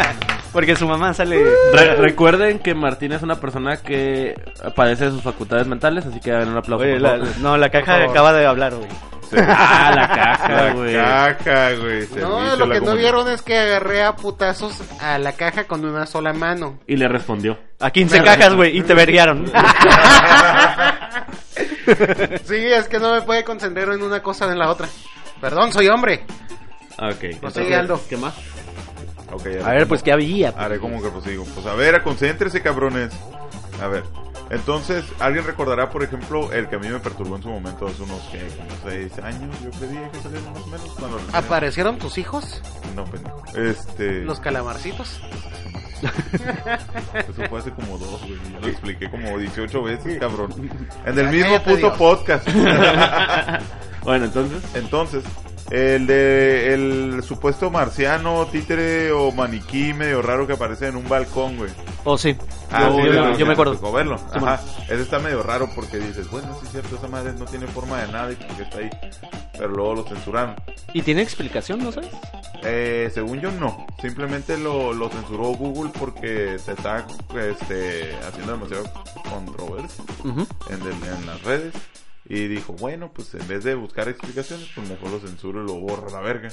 [SPEAKER 5] Porque su mamá sale.
[SPEAKER 3] Re- recuerden que Martín es una persona que padece de sus facultades mentales, así que hagan un aplauso.
[SPEAKER 5] Oye,
[SPEAKER 3] por
[SPEAKER 5] la-
[SPEAKER 3] favor.
[SPEAKER 5] no, la caja
[SPEAKER 4] favor.
[SPEAKER 5] acaba de hablar, güey.
[SPEAKER 6] Sí.
[SPEAKER 3] Ah, la caja,
[SPEAKER 6] La
[SPEAKER 3] güey.
[SPEAKER 6] caca, güey.
[SPEAKER 4] No,
[SPEAKER 6] servicio a
[SPEAKER 4] lo
[SPEAKER 6] la
[SPEAKER 4] que no
[SPEAKER 6] comunidad.
[SPEAKER 4] vieron es que agarré a putazos a la caja con una sola mano.
[SPEAKER 3] Y le respondió.
[SPEAKER 5] A 15 cajas, güey, y te verguearon.
[SPEAKER 4] Sí, es que no me puede concentrar en una cosa o en la otra. Perdón, soy hombre.
[SPEAKER 3] Ah, Ok.
[SPEAKER 4] Pues sigue, Aldo.
[SPEAKER 3] ¿Qué más?
[SPEAKER 6] Ok,
[SPEAKER 5] A ver, pues, ¿qué había?
[SPEAKER 6] Haré como que prosigo. Pues a ver, concéntrese, cabrones. A ver. Entonces, alguien recordará, por ejemplo, el que a mí me perturbó en su momento hace unos ¿qué? como 6 años. Yo pedí que saliera más o menos. cuando lo-
[SPEAKER 4] ¿Aparecieron tus hijos?
[SPEAKER 6] No, pendejo. Este.
[SPEAKER 4] Los calamarcitos.
[SPEAKER 6] Eso fue hace como dos, güey. Ya lo expliqué como 18 veces, cabrón. En el
[SPEAKER 4] Ya
[SPEAKER 6] mismo
[SPEAKER 4] cállate,
[SPEAKER 6] puto
[SPEAKER 4] Dios.
[SPEAKER 6] podcast.
[SPEAKER 3] Bueno, entonces.
[SPEAKER 6] Entonces, el de el supuesto marciano, títere o maniquí medio raro que aparece en un balcón, güey.
[SPEAKER 5] Oh, sí.
[SPEAKER 6] Ah, sí,
[SPEAKER 5] yo,
[SPEAKER 6] el
[SPEAKER 5] yo-
[SPEAKER 6] balcón,
[SPEAKER 5] yo me acuerdo.
[SPEAKER 6] tocó verlo.
[SPEAKER 5] bueno.
[SPEAKER 6] Ajá. Ese está medio raro porque dices, bueno, sí es cierto, esa madre no tiene forma de nada y porque está ahí. Pero luego lo censuraron.
[SPEAKER 5] ¿Y tiene explicación, no sabes?
[SPEAKER 6] Eh, según yo no, simplemente lo, lo censuró Google porque se está este, haciendo demasiado controversia
[SPEAKER 5] Ujú.
[SPEAKER 6] en, el- en las redes y dijo, bueno, pues en vez de buscar explicaciones, pues mejor lo censuro y lo borro a la verga.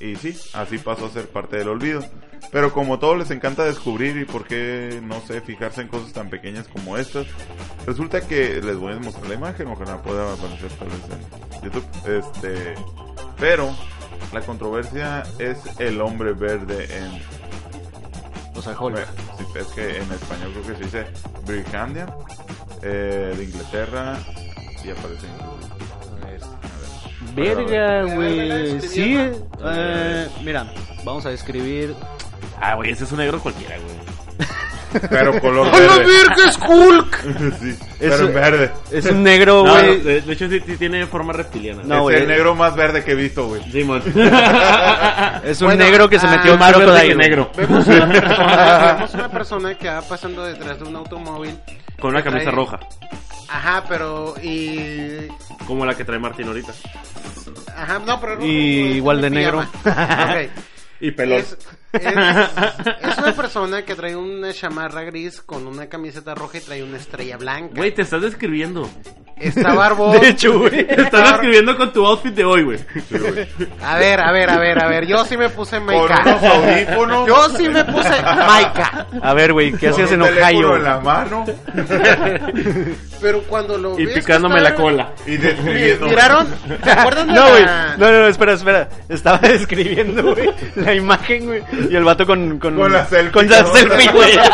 [SPEAKER 6] Y sí, así pasó a ser parte del olvido. Pero como todo les encanta descubrir y por qué, no sé, fijarse en cosas tan pequeñas como estas, resulta que les voy a mostrar la imagen, ojalá pueda aparecer tal vez en YouTube. Este, pero la controversia es el hombre verde en
[SPEAKER 5] O sea, Hulk.
[SPEAKER 6] Sí, es que en español creo que se dice Britannia, eh, de Inglaterra, y aparece en Google. A ver.
[SPEAKER 5] Verga,
[SPEAKER 4] A ver,
[SPEAKER 5] güey.
[SPEAKER 4] ¿verdad?
[SPEAKER 5] Sí. eh, mira, vamos a escribir.
[SPEAKER 3] Ah, güey, ese es un negro cualquiera, güey.
[SPEAKER 6] Pero color
[SPEAKER 4] ¡A la
[SPEAKER 6] verde.
[SPEAKER 4] verga es Hulk!
[SPEAKER 6] sí, pero en verde.
[SPEAKER 5] Es un negro,
[SPEAKER 4] Oh,
[SPEAKER 3] No, no,
[SPEAKER 5] güey.
[SPEAKER 3] de, de hecho, sí, sí tiene forma reptiliana.
[SPEAKER 5] No,
[SPEAKER 6] es
[SPEAKER 5] güey.
[SPEAKER 6] el negro más verde que he visto, güey.
[SPEAKER 3] Simón.
[SPEAKER 5] Es un
[SPEAKER 4] Bueno,
[SPEAKER 5] negro que se
[SPEAKER 4] ah,
[SPEAKER 5] metió
[SPEAKER 3] más
[SPEAKER 5] más
[SPEAKER 3] verde que
[SPEAKER 5] ahí,
[SPEAKER 3] negro.
[SPEAKER 4] Vemos una, persona, vemos una persona que va pasando detrás de un automóvil.
[SPEAKER 3] Con una camisa
[SPEAKER 4] Trae-
[SPEAKER 3] roja.
[SPEAKER 4] Ajá, pero. Y.
[SPEAKER 3] Como la que trae Martín ahorita.
[SPEAKER 4] Ajá, no, pero. no,
[SPEAKER 5] Y
[SPEAKER 4] no, no,
[SPEAKER 5] igual de
[SPEAKER 4] no,
[SPEAKER 5] negro.
[SPEAKER 4] pijama. Ok.
[SPEAKER 3] Y
[SPEAKER 4] Es, es- es una persona que trae una chamarra gris con una camiseta roja y trae una estrella blanca.
[SPEAKER 3] Güey, te estás describiendo.
[SPEAKER 4] Está barbón.
[SPEAKER 5] De hecho, güey.
[SPEAKER 3] Te estás describiendo con tu outfit de hoy, güey.
[SPEAKER 6] Sí, güey.
[SPEAKER 4] A ver, a ver, a ver, a ver. Yo sí me puse
[SPEAKER 6] Con unos
[SPEAKER 4] Maika.
[SPEAKER 6] audífonos.
[SPEAKER 4] Yo sí me puse Maika.
[SPEAKER 5] A ver, güey, ¿qué
[SPEAKER 6] con
[SPEAKER 5] hacías
[SPEAKER 6] un
[SPEAKER 5] en
[SPEAKER 6] teléfono
[SPEAKER 5] Ohio?
[SPEAKER 6] en la mano
[SPEAKER 4] Pero cuando lo
[SPEAKER 3] Y
[SPEAKER 4] ves que
[SPEAKER 3] picándome
[SPEAKER 4] está-
[SPEAKER 3] la cola.
[SPEAKER 6] y
[SPEAKER 4] Mi-
[SPEAKER 6] describiendo.
[SPEAKER 4] ¿Miraron? ¿Se acuerdan de
[SPEAKER 5] No, güey.
[SPEAKER 4] la-
[SPEAKER 5] No, no, no, espera, espera. Estaba describiendo, güey, la imagen, güey. Y el vato con. Con,
[SPEAKER 6] Con la selfie,
[SPEAKER 5] Con la
[SPEAKER 6] cabrón.
[SPEAKER 5] selfie, güey.
[SPEAKER 4] Ok,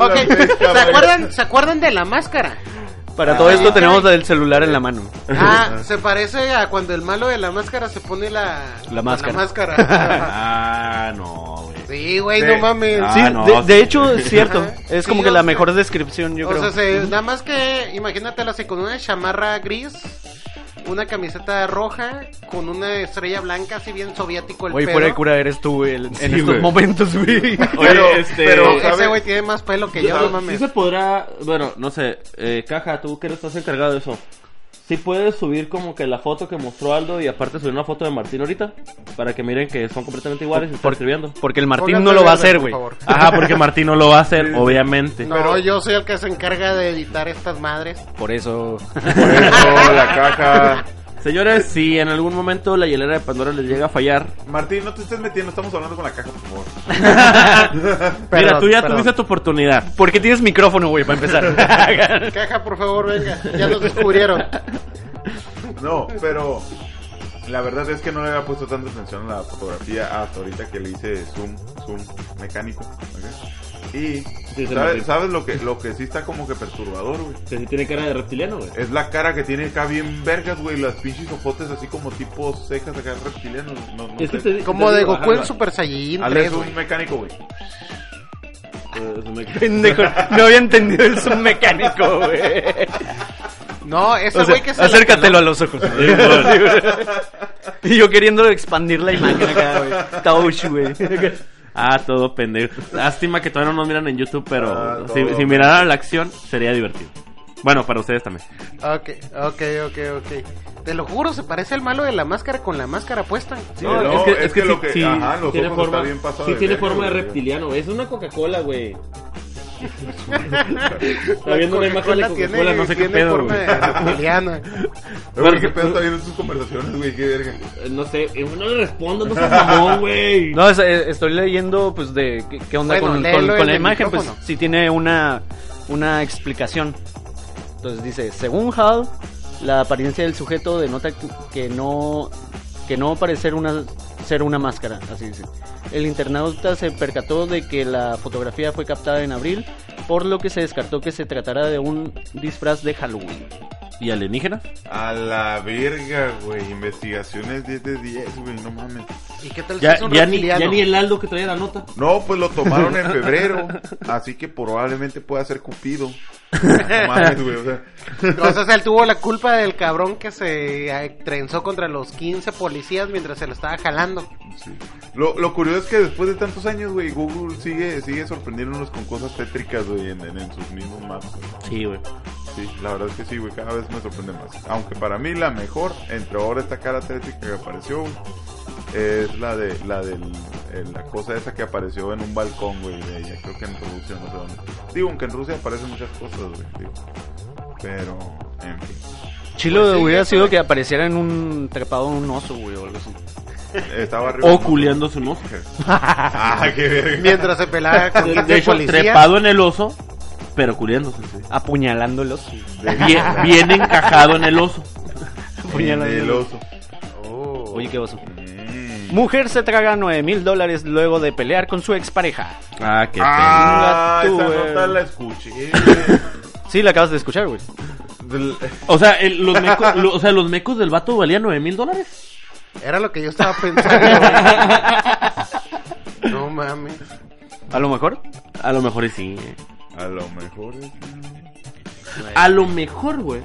[SPEAKER 6] Hola,
[SPEAKER 4] ¿se
[SPEAKER 6] pesca,
[SPEAKER 4] acuerdan, ¿se acuerdan de la máscara?
[SPEAKER 5] Para todo
[SPEAKER 4] Ah,
[SPEAKER 5] esto
[SPEAKER 4] ok.
[SPEAKER 5] tenemos el celular en la mano.
[SPEAKER 4] Ah, se parece a cuando el malo de la máscara se pone la,
[SPEAKER 5] La máscara.
[SPEAKER 4] máscara.
[SPEAKER 3] Ah, no, güey.
[SPEAKER 4] sí, güey, no mames.
[SPEAKER 3] Ah,
[SPEAKER 5] Sí,
[SPEAKER 3] no,
[SPEAKER 5] de,
[SPEAKER 3] sí.
[SPEAKER 5] de hecho es cierto.
[SPEAKER 4] Ajá.
[SPEAKER 5] Es
[SPEAKER 4] Sí,
[SPEAKER 5] como que
[SPEAKER 4] o
[SPEAKER 5] la
[SPEAKER 4] sea-
[SPEAKER 5] mejor descripción, yo
[SPEAKER 4] o
[SPEAKER 5] creo.
[SPEAKER 4] sea, se- nada más que imagínatelo así con una chamarra gris, una camiseta roja, con una estrella blanca, así bien soviético el
[SPEAKER 5] Oye,
[SPEAKER 4] pelo.
[SPEAKER 5] fuera de cura eres tú, güey, en estos
[SPEAKER 3] güey.
[SPEAKER 5] momentos, güey.
[SPEAKER 3] Oye,
[SPEAKER 6] Pero-
[SPEAKER 3] este.
[SPEAKER 6] pero-
[SPEAKER 4] Pero ese
[SPEAKER 6] ¿sabes?
[SPEAKER 4] güey tiene más pelo que yo, no
[SPEAKER 3] Sí
[SPEAKER 4] mames.
[SPEAKER 3] se podrá, bueno, no sé, eh, Caja, tú que estás encargado de eso. Si puedes subir como que la foto que mostró Aldo y aparte subir una foto de Martín ahorita para que miren que son completamente iguales y están escribiendo.
[SPEAKER 5] Porque el Martín
[SPEAKER 4] Pónganse
[SPEAKER 5] no lo va a
[SPEAKER 4] verde,
[SPEAKER 5] hacer,
[SPEAKER 4] por
[SPEAKER 5] güey.
[SPEAKER 4] favor.
[SPEAKER 3] Ajá, porque Martín no lo va a hacer, obviamente.
[SPEAKER 4] No, yo soy el que se encarga de editar estas madres.
[SPEAKER 5] Por eso.
[SPEAKER 6] Por eso, la caja.
[SPEAKER 3] Señores, si en algún momento la hielera de Pandora les llega a fallar,
[SPEAKER 6] Martín, no te estés metiendo, estamos hablando con la caja, por favor.
[SPEAKER 3] mira,
[SPEAKER 4] Perdón,
[SPEAKER 3] tú ya
[SPEAKER 4] perdón.
[SPEAKER 3] tuviste tu oportunidad.
[SPEAKER 5] Porque tienes micrófono, güey, para empezar.
[SPEAKER 4] Caja, por favor, venga. Ya nos descubrieron.
[SPEAKER 6] No, pero la verdad es que no le había puesto tanta atención a la fotografía hasta ahorita que le hice zoom, zoom mecánico. ¿ok? Y
[SPEAKER 3] Sí, se me
[SPEAKER 6] ¿sabes,
[SPEAKER 3] ríe.
[SPEAKER 6] sabes lo que lo que sí está como que perturbador, güey.
[SPEAKER 3] Que si tiene cara de reptiliano, güey.
[SPEAKER 6] Es la cara que tiene acá bien vergas, güey, las pinches ojotes así como tipo cejas acá reptilianos. No, no sé.
[SPEAKER 4] Como de Goku en
[SPEAKER 3] su
[SPEAKER 4] Super Saiyajin
[SPEAKER 6] Ale
[SPEAKER 4] 3,
[SPEAKER 6] es
[SPEAKER 4] güey.
[SPEAKER 6] un mecánico, güey.
[SPEAKER 3] Pues,
[SPEAKER 5] Pendejo, no había entendido el zoom mecánico, güey.
[SPEAKER 4] No, ese
[SPEAKER 5] O
[SPEAKER 4] güey
[SPEAKER 5] sea,
[SPEAKER 4] que se la
[SPEAKER 5] acércatelo a los ojos. y yo queriendo expandir la imagen acá, güey. Touch, güey.
[SPEAKER 3] Ah, todo pendejo. Lástima que todavía no nos miran en YouTube, pero
[SPEAKER 6] Ah,
[SPEAKER 3] si,
[SPEAKER 6] todo.
[SPEAKER 3] si miraran la acción sería divertido. Bueno, para ustedes también.
[SPEAKER 4] Ok, ok, ok, ok. Te lo juro, se parece al malo de la máscara con la máscara puesta.
[SPEAKER 6] Sí, No, es que- es es que que lo sí- que- sí ajá, los tiene ojos forma- está bien pasado sí de tiene verga, forma de güey.
[SPEAKER 3] reptiliano. Es una Coca-Cola, güey.
[SPEAKER 4] Está
[SPEAKER 3] viendo una imagen de Coca-Cola, no sé qué pedo, güey.
[SPEAKER 6] Pero qué pedo está viendo tus conversaciones, güey, qué verga.
[SPEAKER 3] No sé, eh, no le respondo, no seas mamón, güey.
[SPEAKER 5] No, es- eh, estoy leyendo, pues, de qué, qué onda
[SPEAKER 4] Bueno,
[SPEAKER 5] con- con,
[SPEAKER 4] léelo
[SPEAKER 5] con
[SPEAKER 4] el
[SPEAKER 5] la
[SPEAKER 4] del
[SPEAKER 5] imagen. Pues,
[SPEAKER 4] micrófono.
[SPEAKER 5] si tiene una, una explicación. Entonces dice, según Hall, la apariencia del sujeto denota que- que no, que no parecer una, ser una máscara, así dice. El internauta se percató de que la fotografía fue captada en abril, por lo que se descartó que se tratara de un disfraz de Halloween.
[SPEAKER 3] ¿Y alienígenas?
[SPEAKER 6] A la verga, güey. Investigaciones 10 de 10, güey, no mames.
[SPEAKER 4] ¿Y qué tal si
[SPEAKER 3] Ya,
[SPEAKER 4] es un
[SPEAKER 3] ya ni,
[SPEAKER 4] reptiliano?
[SPEAKER 3] ya ni el Aldo que traía la nota.
[SPEAKER 6] No, pues lo tomaron en febrero. así que probablemente pueda ser Cupido. No mames, güey. O sea,
[SPEAKER 4] O sea, él tuvo la culpa del cabrón que se eh, trenzó contra los 15 policías mientras se lo estaba jalando.
[SPEAKER 6] sí. lo, lo curioso es que después de tantos años, güey, Google sigue, sigue sorprendiéndonos con cosas tétricas, güey, en, en- en sus mismos mapas.
[SPEAKER 3] Sí, güey.
[SPEAKER 6] Sí, la verdad es que sí, güey, cada vez me sorprende más. Aunque para mí la mejor, entre ahora esta cara tétrica que apareció, güey, es la de la del eh, la cosa esa que apareció en un balcón, güey, de ella. Creo que en Rusia, no sé dónde. Digo, aunque en Rusia aparecen muchas cosas, güey, digo. Pero, en fin.
[SPEAKER 5] Chilo
[SPEAKER 4] Pues sí,
[SPEAKER 5] hubiera
[SPEAKER 4] ya
[SPEAKER 5] sido
[SPEAKER 4] sabe.
[SPEAKER 5] que apareciera en un trepado en un oso, güey, o algo así.
[SPEAKER 6] Estaba arriba.
[SPEAKER 3] O culeando su ojo.
[SPEAKER 6] Ah, qué verga.
[SPEAKER 4] Mientras se pelaba con
[SPEAKER 3] De,
[SPEAKER 4] 15
[SPEAKER 3] de hecho,
[SPEAKER 4] policías.
[SPEAKER 3] trepado en el oso, pero culeándose.
[SPEAKER 5] Apuñalando el oso.
[SPEAKER 3] Bien, bien encajado en el oso.
[SPEAKER 6] En
[SPEAKER 5] Apuñalando
[SPEAKER 6] el oso. Oh,
[SPEAKER 5] Oye, qué oso.
[SPEAKER 6] Mm.
[SPEAKER 5] Mujer se traga 9 mil dólares luego de pelear con su expareja.
[SPEAKER 3] Ah, qué
[SPEAKER 6] Ah,
[SPEAKER 5] Venga tú,
[SPEAKER 6] esa
[SPEAKER 5] güey.
[SPEAKER 6] nota la escuché. güey.
[SPEAKER 5] Sí, la acabas de escuchar, güey.
[SPEAKER 6] Del-
[SPEAKER 3] O sea, el- los mecos, lo- o sea, los mecos del vato valían 9 mil dólares.
[SPEAKER 4] Era lo que yo estaba pensando. güey. no mames.
[SPEAKER 5] A lo mejor.
[SPEAKER 3] A lo mejor y sí. eh.
[SPEAKER 6] A lo mejor. es-
[SPEAKER 3] A lo mejor, güey.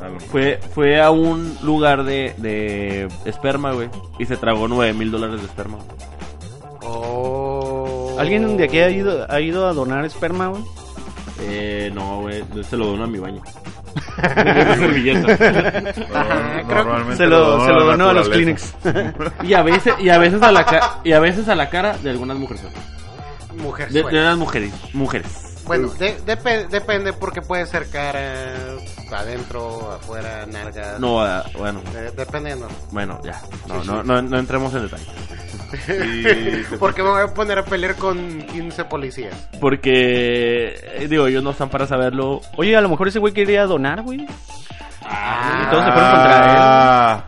[SPEAKER 6] A lo mejor.
[SPEAKER 3] Fue, fue a un lugar de, de esperma, güey. Y se tragó 9 mil dólares de esperma.
[SPEAKER 4] Oh.
[SPEAKER 5] ¿Alguien de aquí ha ido, ha ido a donar esperma, güey?
[SPEAKER 3] Eh, no, güey. Se lo dono a mi baño. Una servilleta.
[SPEAKER 4] Ajá, creo-
[SPEAKER 6] Eh, Normalmente
[SPEAKER 5] Se lo, se lo
[SPEAKER 6] la
[SPEAKER 5] donó a los
[SPEAKER 6] naturaleza.
[SPEAKER 5] clinics.
[SPEAKER 3] Y a veces, y a veces a la ca- y a veces a la cara de algunas mujeres.
[SPEAKER 4] Mujer
[SPEAKER 3] De, de
[SPEAKER 4] suelta.
[SPEAKER 3] las mujeres. Mujeres.
[SPEAKER 4] Bueno, de- depe- depende porque puede ser cara, adentro, afuera, nalgas.
[SPEAKER 3] No, ah, bueno,
[SPEAKER 4] Eh, dependiendo.
[SPEAKER 3] bueno, ya. No, no, no, no entremos en detalle.
[SPEAKER 6] Sí, te-
[SPEAKER 4] Porque me voy a poner a pelear con 15 policías.
[SPEAKER 3] Porque, eh, digo, ellos no están para saberlo.
[SPEAKER 5] Oye, a lo mejor ese güey quería donar, güey.
[SPEAKER 3] Ah,
[SPEAKER 5] Y todos se fueron contra él.
[SPEAKER 6] Ah,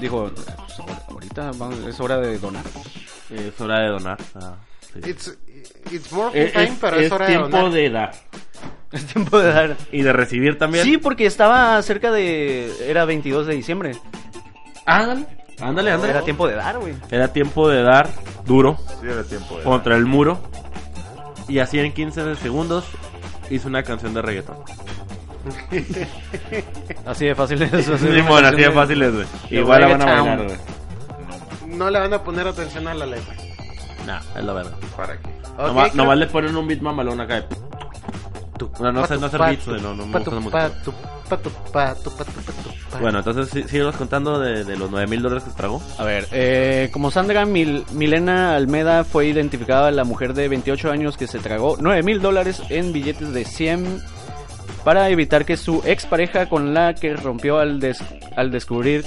[SPEAKER 5] Dijo, pues, ahor- ahorita vamos- es hora de donar.
[SPEAKER 3] eh, Es hora de donar. Ah, sí.
[SPEAKER 4] It's, it's working
[SPEAKER 3] Eh, Es,
[SPEAKER 4] time, pero Eh, es, hora de
[SPEAKER 3] tiempo
[SPEAKER 4] donar.
[SPEAKER 3] de dar.
[SPEAKER 5] Es tiempo de dar.
[SPEAKER 3] Y de recibir también.
[SPEAKER 5] Sí, porque estaba cerca de. Era 22 de diciembre.
[SPEAKER 3] Ándale, ándale, ándale.
[SPEAKER 5] Era tiempo de dar, güey.
[SPEAKER 3] Era tiempo de dar duro
[SPEAKER 6] Sí, era tiempo. de-
[SPEAKER 3] contra el muro. Y así en 15 segundos hizo una canción de reggaetón.
[SPEAKER 5] Así de fácil es. hacer
[SPEAKER 3] Sí,
[SPEAKER 5] una
[SPEAKER 3] bueno, así
[SPEAKER 5] canción
[SPEAKER 3] de
[SPEAKER 5] de-
[SPEAKER 3] fácil es, güey.
[SPEAKER 5] de
[SPEAKER 3] Igual la van a
[SPEAKER 5] reggaetón.
[SPEAKER 3] bailar, güey.
[SPEAKER 4] No le van a poner atención a la letra.
[SPEAKER 3] Nah, es la verdad.
[SPEAKER 6] ¿Para qué?
[SPEAKER 4] Ok,
[SPEAKER 3] nomás,
[SPEAKER 4] creo-
[SPEAKER 3] nomás le ponen un beat mamalón acá. de- No, no sé, no hacer
[SPEAKER 4] Patu,
[SPEAKER 3] beats, güey, no, no me
[SPEAKER 4] patu,
[SPEAKER 3] gusta la música.
[SPEAKER 4] patu, patu, patu, patu, patu, patu.
[SPEAKER 3] Bueno, entonces sí, síguenos contando de, de los 9 mil dólares que se tragó.
[SPEAKER 5] A ver, eh, como Sandra Mil- Milena Almeda fue identificada la mujer de 28 años que se tragó 9 mil dólares en billetes de 100 para evitar que su expareja con la que rompió al, des- al descubrir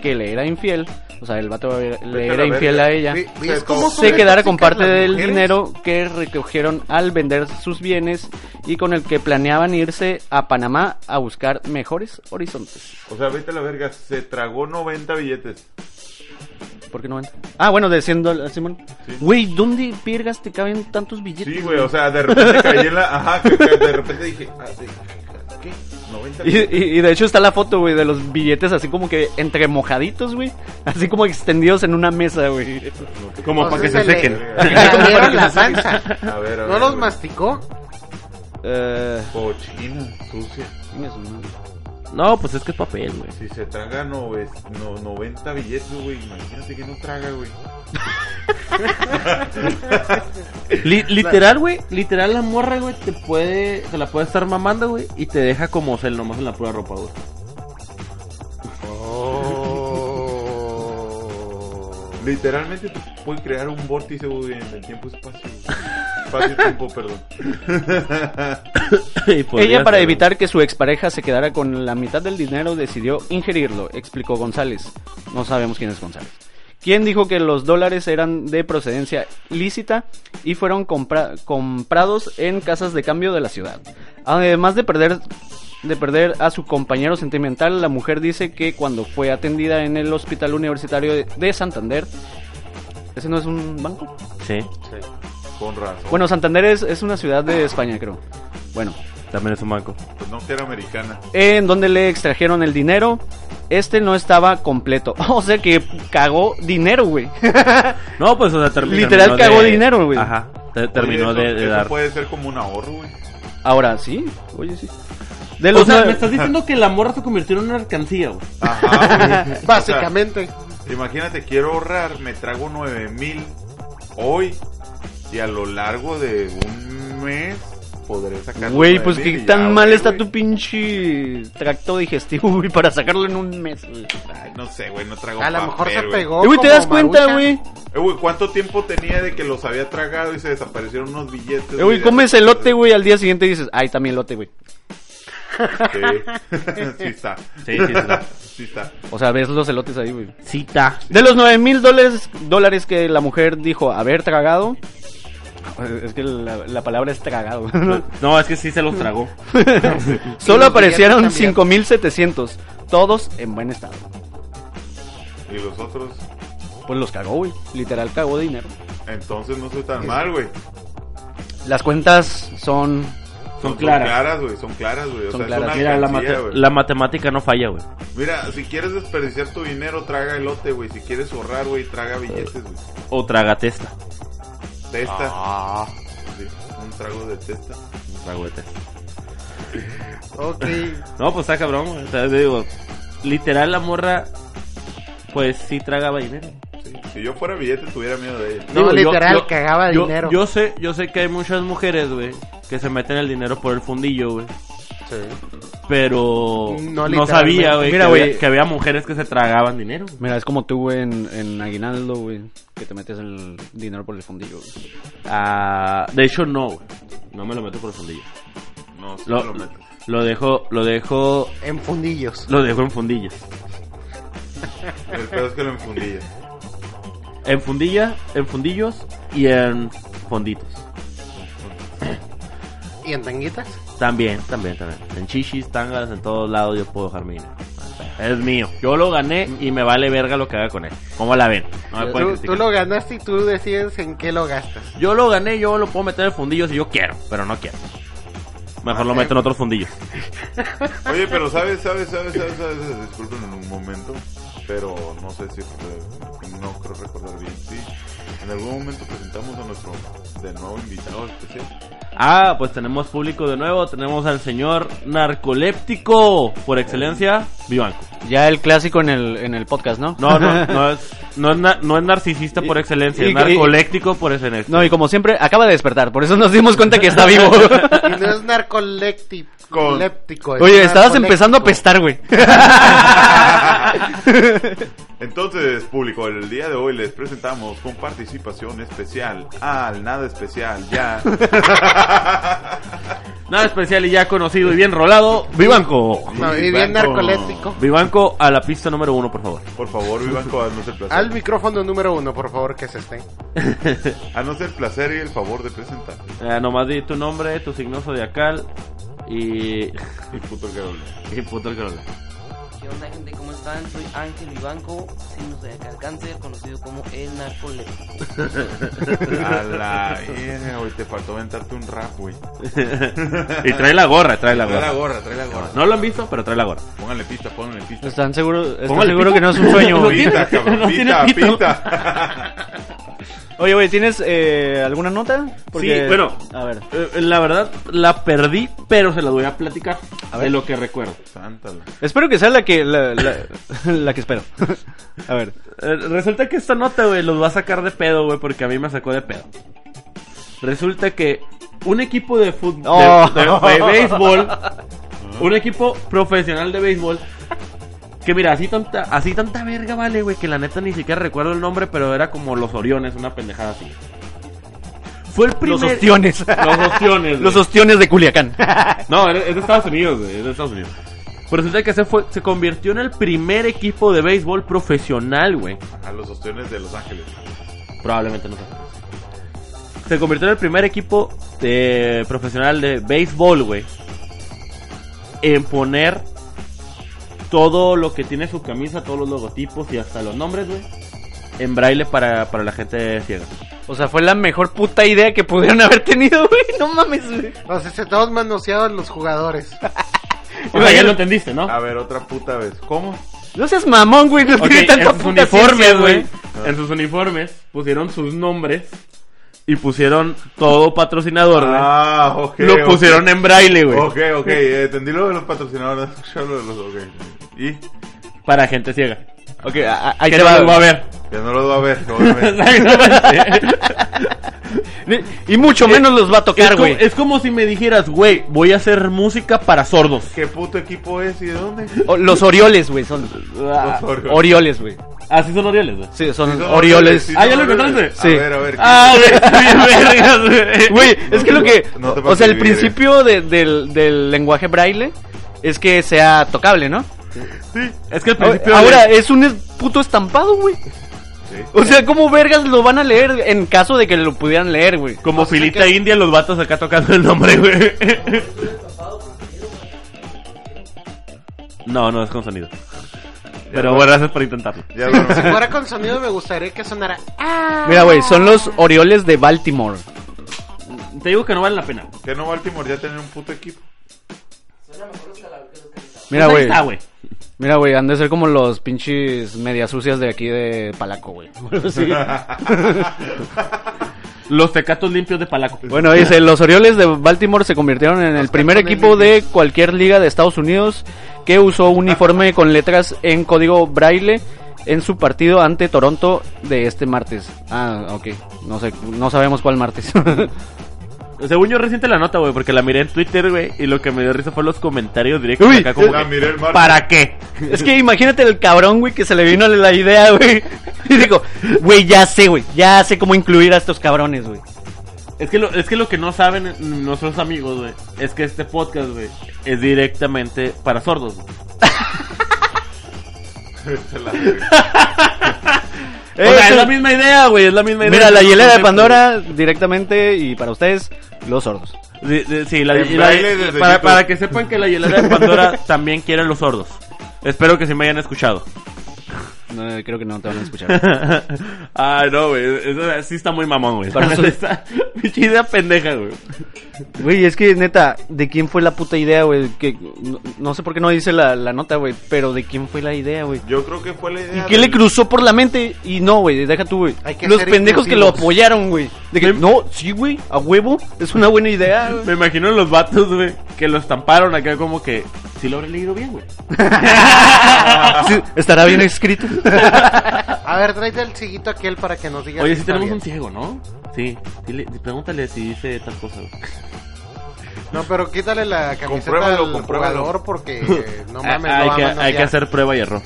[SPEAKER 5] que le era infiel, o sea, el vato era- le
[SPEAKER 6] Vete a
[SPEAKER 5] era
[SPEAKER 6] la
[SPEAKER 5] infiel
[SPEAKER 6] verga.
[SPEAKER 5] a ella,
[SPEAKER 4] Ve- ¿Ves cómo son
[SPEAKER 5] se
[SPEAKER 4] de
[SPEAKER 5] quedara con
[SPEAKER 4] tóxicas
[SPEAKER 5] parte
[SPEAKER 4] las
[SPEAKER 5] del
[SPEAKER 4] mujeres?
[SPEAKER 5] dinero que recogieron al vender sus bienes y con el que planeaban irse a Panamá a buscar mejores horizontes.
[SPEAKER 6] O sea, vete a la verga, se tragó 90 billetes.
[SPEAKER 5] ¿Por qué no entra? Ah, bueno, de 100 dólares, Simón.
[SPEAKER 6] Sí.
[SPEAKER 5] Güey, ¿dónde piergas te caben tantos billetes?
[SPEAKER 6] Sí, güey, o sea, de repente caí en la... Ajá, que- que de repente dije... ah, sí, ¿Qué? 90
[SPEAKER 5] Y,
[SPEAKER 6] billetes.
[SPEAKER 5] y- y de hecho está la foto, güey, de los billetes así como que entre mojaditos, güey. Así como extendidos en una mesa, güey.
[SPEAKER 3] Como para que
[SPEAKER 4] Entonces
[SPEAKER 3] se
[SPEAKER 4] le-
[SPEAKER 3] sequen.
[SPEAKER 4] le lamieron la panza.
[SPEAKER 6] A ver, a ver.
[SPEAKER 4] ¿No los
[SPEAKER 6] güey.
[SPEAKER 4] masticó?
[SPEAKER 5] Eh,
[SPEAKER 6] Cochina, sucia.
[SPEAKER 5] chingue su madre.
[SPEAKER 3] No, pues es que es papel, güey.
[SPEAKER 6] Si se traga nove- no, 90 billetes, güey, imagínate que no traga, güey.
[SPEAKER 3] Li- literal, güey. Literal, la morra, güey, te puede. Te la puede estar mamando, güey. Y te deja como cel nomás en la pura ropa, güey.
[SPEAKER 6] Literalmente te puede crear un vórtice, güey, en el tiempo-espacio. güey. Espacio-tiempo, perdón.
[SPEAKER 3] Y podría
[SPEAKER 5] Ella para
[SPEAKER 3] ser,
[SPEAKER 5] evitar que su expareja se quedara con la mitad del dinero decidió ingerirlo, explicó González. No sabemos quién es González. Quien dijo que los dólares eran de procedencia lícita y fueron compra- comprados en casas de cambio de la ciudad. Además de perder de perder a su compañero sentimental, la mujer dice que cuando fue atendida en el Hospital Universitario de- de Santander, ese no es un banco.
[SPEAKER 3] güey. Sí,
[SPEAKER 6] Con razón.
[SPEAKER 5] Bueno, Santander es, es una ciudad de España, creo. Bueno,
[SPEAKER 3] también es un banco.
[SPEAKER 6] Pues no que era americana.
[SPEAKER 5] en donde le extrajeron el dinero. Este no estaba completo. O sea que cagó dinero, güey.
[SPEAKER 3] No, pues, o sea, terminó.
[SPEAKER 5] Literal
[SPEAKER 3] terminó
[SPEAKER 5] cagó
[SPEAKER 3] de-
[SPEAKER 5] dinero, güey.
[SPEAKER 3] Ajá. te- terminó
[SPEAKER 6] Oye,
[SPEAKER 3] de,
[SPEAKER 6] eso-
[SPEAKER 3] de
[SPEAKER 6] eso
[SPEAKER 3] dar.
[SPEAKER 6] puede ser como un ahorro, güey.
[SPEAKER 5] Ahora sí, oye, sí. De
[SPEAKER 3] O
[SPEAKER 5] los
[SPEAKER 3] sea,
[SPEAKER 5] nueve-
[SPEAKER 3] me estás diciendo que la morra se convirtió en una alcancía, güey.
[SPEAKER 6] Ajá, güey.
[SPEAKER 4] Básicamente.
[SPEAKER 6] Imagínate, quiero ahorrar, me trago 9000 hoy y a lo largo de un mes podré sacar. 9,000
[SPEAKER 5] Güey, pues
[SPEAKER 6] y
[SPEAKER 5] qué
[SPEAKER 6] ya,
[SPEAKER 5] tan
[SPEAKER 6] güey,
[SPEAKER 5] mal está
[SPEAKER 6] güey.
[SPEAKER 5] tu pinche tracto digestivo, güey, para sacarlo en un mes, güey.
[SPEAKER 6] Ay, no sé, güey, no trago
[SPEAKER 4] A lo mejor
[SPEAKER 6] papel,
[SPEAKER 4] se
[SPEAKER 6] güey.
[SPEAKER 4] pegó.
[SPEAKER 5] Y, güey, te
[SPEAKER 4] como
[SPEAKER 5] das cuenta,
[SPEAKER 4] Maruchan.
[SPEAKER 5] güey.
[SPEAKER 6] Eh, güey, ¿cuánto tiempo tenía de que los había tragado y se desaparecieron unos billetes?
[SPEAKER 5] Eh, Güey, comes elote, güey, al día siguiente dices, ay, también elote, güey.
[SPEAKER 6] Sí. sí está.
[SPEAKER 3] Sí, sí está.
[SPEAKER 6] Sí está.
[SPEAKER 5] O sea, ves los elotes ahí, güey.
[SPEAKER 3] Cita.
[SPEAKER 5] De los 9 mil dólares, dólares que la mujer dijo haber tragado. eh, Es que la, la palabra es tragado. ¿no?
[SPEAKER 3] No, es que sí se los tragó.
[SPEAKER 5] Solo
[SPEAKER 4] los
[SPEAKER 5] aparecieron
[SPEAKER 4] billetes también.
[SPEAKER 5] 5700, todos en buen estado.
[SPEAKER 6] Y los otros,
[SPEAKER 5] Pues los cagó, güey. Literal cagó dinero.
[SPEAKER 6] entonces no soy tan mal, güey.
[SPEAKER 5] Las cuentas son
[SPEAKER 3] Son claras.
[SPEAKER 6] güey, son claras, güey. O
[SPEAKER 5] Son
[SPEAKER 6] sea, es
[SPEAKER 5] claras.
[SPEAKER 6] una
[SPEAKER 3] Mira, la,
[SPEAKER 6] alcancía,
[SPEAKER 3] mate-
[SPEAKER 6] güey.
[SPEAKER 3] la matemática no falla, güey.
[SPEAKER 6] Mira, si quieres desperdiciar tu dinero, traga elote, güey. Si quieres ahorrar, güey, traga billetes, güey.
[SPEAKER 3] O traga testa.
[SPEAKER 6] Testa.
[SPEAKER 3] Ah.
[SPEAKER 6] Sí, un trago de testa.
[SPEAKER 3] Trago de testa.
[SPEAKER 4] Ok.
[SPEAKER 3] No, pues está cabrón, güey. O sea, digo, literal la morra, pues sí tragaba dinero.
[SPEAKER 6] Sí. Si yo fuera billete, tuviera miedo de ella.
[SPEAKER 4] No,
[SPEAKER 3] Digo, yo-
[SPEAKER 4] literal,
[SPEAKER 3] yo-
[SPEAKER 4] cagaba
[SPEAKER 3] yo,
[SPEAKER 4] dinero.
[SPEAKER 3] Yo sé, yo sé que hay muchas mujeres, güey, que se meten el dinero por el fundillo, güey. Pero no,
[SPEAKER 4] No,
[SPEAKER 3] sabía,
[SPEAKER 4] literalmente.
[SPEAKER 3] güey, que,
[SPEAKER 5] Mira,
[SPEAKER 3] había-
[SPEAKER 5] güey.
[SPEAKER 3] que había mujeres que se tragaban dinero. güey.
[SPEAKER 5] Mira, es como tú, güey, en, en Aguinaldo, güey. Que te metes el dinero por el fondillo, güey.
[SPEAKER 3] Ah, de hecho, no, güey. No me lo meto por el fundillo.
[SPEAKER 6] No, sí
[SPEAKER 3] Lo,
[SPEAKER 6] me lo meto.
[SPEAKER 3] lo dejo, lo dejo,
[SPEAKER 4] En fundillos.
[SPEAKER 3] lo dejo en fundillas.
[SPEAKER 6] El pedo es que lo enfundía.
[SPEAKER 3] En fundilla, en fundillos y en fonditos.
[SPEAKER 4] ¿Y en tanguitas?
[SPEAKER 3] También, también, también. En chichis, tangas, en todos lados yo puedo dejar mi dinero. Es mío. Yo lo gané y me vale verga lo que haga con él. ¿Cómo la ven? No me pueden
[SPEAKER 4] Tú, tú
[SPEAKER 3] criticar.
[SPEAKER 4] lo ganaste y tú decides en qué lo gastas.
[SPEAKER 3] Yo lo gané, yo lo puedo meter en el fundillo si yo quiero, pero no quiero. Mejor lo meto en otros fondillos.
[SPEAKER 6] Oye, pero sabes, sabes, sabes, sabes, sabes, sabes, disculpen en un momento, pero no sé si re- no creo recordar bien. Sí, en algún momento presentamos a nuestro de nuevo invitado especial.
[SPEAKER 3] Ah, pues tenemos público de nuevo. Tenemos al señor narcoléptico por excelencia, Vivanco.
[SPEAKER 5] Ya el clásico en el, en el podcast, ¿no?
[SPEAKER 3] No, no, no es, no es, na- no es narcisista por excelencia,
[SPEAKER 5] Y-
[SPEAKER 3] es
[SPEAKER 5] y-
[SPEAKER 3] narcoléptico por excelencia.
[SPEAKER 5] No, y como siempre, acaba de despertar, por eso nos dimos cuenta que está vivo.
[SPEAKER 4] Y no es narcoléptico.
[SPEAKER 6] Con-
[SPEAKER 4] léptico, es
[SPEAKER 5] Oye, estabas
[SPEAKER 4] narcoléctico.
[SPEAKER 5] empezando a pestar, güey.
[SPEAKER 6] Entonces, público, el día de hoy les presentamos con participación especial al nada especial ya.
[SPEAKER 3] Nada especial y ya conocido y bien rolado, Vivanco.
[SPEAKER 4] No, y bien
[SPEAKER 6] Vivanco.
[SPEAKER 4] narcoléptico.
[SPEAKER 3] Vivanco a la pista número uno, por favor.
[SPEAKER 6] Por favor, Vivanco, haznos el
[SPEAKER 4] Al
[SPEAKER 6] placer.
[SPEAKER 4] micrófono número uno, por favor, que se esté.
[SPEAKER 6] Haznos el placer y el favor de presentar.
[SPEAKER 3] Eh, nomás di tu nombre, tu signo zodiacal y...
[SPEAKER 6] El puto que doble.
[SPEAKER 3] y puto el que lo lea.
[SPEAKER 7] ¿Qué onda gente? ¿Cómo están? Soy Ángel Vivanco, signo zodiacal cáncer, conocido como el narcoleptico.
[SPEAKER 6] A la verga, güey, te faltó aventarte un rap, güey.
[SPEAKER 3] Y trae la gorra, trae la
[SPEAKER 6] Trae la
[SPEAKER 3] gorra.
[SPEAKER 6] gorra, trae la gorra.
[SPEAKER 3] No lo han visto, pero trae la gorra.
[SPEAKER 6] Pónganle pista, pónganle pista.
[SPEAKER 5] ¿Están seguros? ¿Están
[SPEAKER 3] Póngale
[SPEAKER 5] seguro
[SPEAKER 3] pito.
[SPEAKER 5] que no es un sueño,
[SPEAKER 3] No
[SPEAKER 5] güey?
[SPEAKER 3] tiene-
[SPEAKER 6] Pita, cabrón,
[SPEAKER 3] no tiene
[SPEAKER 6] pita,
[SPEAKER 3] pito.
[SPEAKER 6] pita.
[SPEAKER 5] Oye, güey, ¿tienes eh, alguna nota?
[SPEAKER 3] Sí, bueno.
[SPEAKER 5] A ver.
[SPEAKER 3] Eh, la verdad, la perdí, pero se la voy a platicar de lo que recuerdo.
[SPEAKER 6] Sántala.
[SPEAKER 5] Espero que sea la que, la, la- la que espero. A ver.
[SPEAKER 3] Eh, resulta que esta nota, güey, los va a sacar de pedo, güey, porque a mí me sacó de pedo. Resulta que un equipo de fútbol,
[SPEAKER 5] Oh.
[SPEAKER 3] de, de béisbol, un equipo profesional de béisbol, que mira, así tanta, así tanta verga vale, güey, que la neta ni siquiera recuerdo el nombre, pero era como los Oriones, una pendejada así. Fue el primer...
[SPEAKER 5] Los ostiones.
[SPEAKER 3] Los ostiones.
[SPEAKER 5] Los
[SPEAKER 3] güey.
[SPEAKER 5] ostiones de Culiacán.
[SPEAKER 3] No, es es de Estados Unidos, güey, es de Estados Unidos. Pero resulta que se, fue, se convirtió en el primer equipo de béisbol profesional, güey.
[SPEAKER 6] A los ostiones de Los Ángeles.
[SPEAKER 3] Probablemente no sea. Se convirtió en el primer equipo de, profesional de béisbol, güey. En poner todo lo que tiene su camisa, todos los logotipos y hasta los nombres, güey. En braille para, para la gente ciega.
[SPEAKER 5] O sea, fue la mejor puta idea que pudieron haber tenido, güey. No mames, güey.
[SPEAKER 4] Los sea, todos manoseados los jugadores.
[SPEAKER 3] O sea, ya lo entendiste, ¿no?
[SPEAKER 6] A ver, otra puta vez. ¿Cómo?
[SPEAKER 5] No seas mamón, güey. No
[SPEAKER 3] Ok,
[SPEAKER 5] tiene tanta
[SPEAKER 3] en sus
[SPEAKER 5] puta
[SPEAKER 3] uniformes,
[SPEAKER 5] ciencia,
[SPEAKER 3] güey. En sus uniformes pusieron sus nombres y pusieron todo patrocinador, güey.
[SPEAKER 6] Ah, ok.
[SPEAKER 3] lo
[SPEAKER 6] ok.
[SPEAKER 3] pusieron en braille, güey.
[SPEAKER 6] Ok, ok. eh, Entendí lo de los patrocinadores. Ya lo de los. Ok. ¿Y?
[SPEAKER 3] Para gente ciega.
[SPEAKER 5] Ok, ah, a- a- ahí
[SPEAKER 3] que
[SPEAKER 5] te
[SPEAKER 3] no
[SPEAKER 5] va,
[SPEAKER 3] lo va a
[SPEAKER 5] güey.
[SPEAKER 3] ver.
[SPEAKER 6] Ya no los va a ver. obviamente.
[SPEAKER 5] Y mucho menos los va a
[SPEAKER 3] es,
[SPEAKER 5] tocar,
[SPEAKER 3] como,
[SPEAKER 5] güey.
[SPEAKER 3] es como si me dijeras, güey, voy a hacer música para sordos.
[SPEAKER 6] ¿Qué puto equipo es y de dónde?
[SPEAKER 5] O- Los Orioles, güey, son. Ah,
[SPEAKER 6] Los Orioles.
[SPEAKER 5] Orioles, güey.
[SPEAKER 3] Así son Orioles, güey.
[SPEAKER 5] Sí, son
[SPEAKER 6] No,
[SPEAKER 5] Orioles.
[SPEAKER 6] sí,
[SPEAKER 3] Ah, ¿ya
[SPEAKER 6] no,
[SPEAKER 3] lo encontraste?
[SPEAKER 6] A
[SPEAKER 5] Sí.
[SPEAKER 6] ver, a ver.
[SPEAKER 3] Ah, güey, está bien vergas, güey.
[SPEAKER 5] Güey, es que lo que.
[SPEAKER 6] no te
[SPEAKER 5] o sea, el
[SPEAKER 6] percibiré.
[SPEAKER 5] principio de- del, del lenguaje braille es que sea tocable, ¿no?
[SPEAKER 3] Es que al principio.
[SPEAKER 5] Ahora,
[SPEAKER 3] güey,
[SPEAKER 5] es un es- puto estampado, güey.
[SPEAKER 6] Sí.
[SPEAKER 5] O sea, ¿cómo vergas lo van a leer en caso de que lo pudieran leer, güey?
[SPEAKER 3] como filita india, los vatos acá tocando el nombre, güey. No, no es con sonido. Pero bueno, gracias por intentarlo.
[SPEAKER 6] Ya duerme.
[SPEAKER 4] Si fuera con sonido, me gustaría que sonara.
[SPEAKER 5] Mira, güey, son los Orioles de Baltimore.
[SPEAKER 3] Te digo que no vale la pena.
[SPEAKER 6] Que no Baltimore ya tiene un puto equipo.
[SPEAKER 3] Pues
[SPEAKER 5] Mira,
[SPEAKER 3] ahí
[SPEAKER 5] güey.
[SPEAKER 3] está, güey.
[SPEAKER 5] Mira, güey, han de ser como los pinches medias sucias de aquí de Palaco, güey.
[SPEAKER 3] Los tecatos limpios de Palaco.
[SPEAKER 5] Bueno, dice, los Orioles de Baltimore se convirtieron en el primer
[SPEAKER 4] cartones
[SPEAKER 5] equipo de cualquier liga de Estados Unidos que usó uniforme con letras en código braille en su partido ante Toronto de este martes. Ah, ok. No sé, no sabemos cuál martes.
[SPEAKER 3] Según yo reciente la nota, güey, porque la miré en Twitter, güey, y lo que me dio risa fue los comentarios directos
[SPEAKER 5] Uy,
[SPEAKER 3] acá como
[SPEAKER 6] la
[SPEAKER 3] que,
[SPEAKER 6] miré el martes.
[SPEAKER 3] ¿Para qué?
[SPEAKER 5] es que imagínate el cabrón, güey, que se le vino la idea, güey. Y dijo, güey, ya sé, güey, ya sé cómo incluir a estos cabrones, güey.
[SPEAKER 3] Es que lo, es que, lo que no saben nuestros amigos, güey, es que este podcast, güey, es directamente para sordos, güey.
[SPEAKER 6] Se la verga.
[SPEAKER 3] O sea, es la misma idea, güey, es la misma idea.
[SPEAKER 5] Mira, la
[SPEAKER 3] Es un
[SPEAKER 5] hielera de
[SPEAKER 3] concepto,
[SPEAKER 5] Pandora directamente y para ustedes, los sordos.
[SPEAKER 3] güey. Sí, sí, sí, la,
[SPEAKER 6] En
[SPEAKER 3] y la-
[SPEAKER 6] braille desde
[SPEAKER 3] para,
[SPEAKER 6] YouTube.
[SPEAKER 3] para que sepan que la hielera de Pandora también quieren los sordos. Espero que sí me hayan escuchado.
[SPEAKER 5] No, creo que no te van a escuchar.
[SPEAKER 3] Ay, no, güey, Ah, eso sí está muy mamón, güey.
[SPEAKER 5] Para
[SPEAKER 3] La
[SPEAKER 5] eso-
[SPEAKER 3] neta, Pinche idea pendeja, güey.
[SPEAKER 5] Güey, es que neta, ¿de quién fue la puta idea, güey? Que no, no sé por qué no dice la, la nota, güey, pero ¿de quién fue la idea, güey?
[SPEAKER 6] Yo creo que fue la
[SPEAKER 5] ¿Y
[SPEAKER 6] idea.
[SPEAKER 5] qué le cruzó por la mente? Y no, güey, deja tú, güey.
[SPEAKER 4] Hay que
[SPEAKER 5] Los
[SPEAKER 4] ser
[SPEAKER 5] pendejos que lo
[SPEAKER 4] inclusivos.
[SPEAKER 5] apoyaron, güey. De que, no, sí, güey, a huevo, es una buena idea, güey.
[SPEAKER 3] Me imagino los vatos, güey, que lo estamparon acá como que... Si lo habré leído bien, güey.
[SPEAKER 5] Sí, estará bien escrito.
[SPEAKER 6] Eh,
[SPEAKER 4] A ver, tráete el ciguito aquel para que nos diga.
[SPEAKER 3] Oye,
[SPEAKER 4] si
[SPEAKER 3] sí
[SPEAKER 4] está
[SPEAKER 3] tenemos
[SPEAKER 4] bien.
[SPEAKER 3] un ciego, ¿no? Sí. Dile- pregúntale si dice tal cosa, güey.
[SPEAKER 4] No, pero quítale la camiseta
[SPEAKER 6] Compruébalo,
[SPEAKER 4] al
[SPEAKER 6] compruébalo.
[SPEAKER 4] jugador porque eh, no mames,
[SPEAKER 3] Ah, hay
[SPEAKER 4] lo
[SPEAKER 3] que,
[SPEAKER 4] aman, no
[SPEAKER 3] hay que
[SPEAKER 4] ya.
[SPEAKER 3] hacer prueba y error.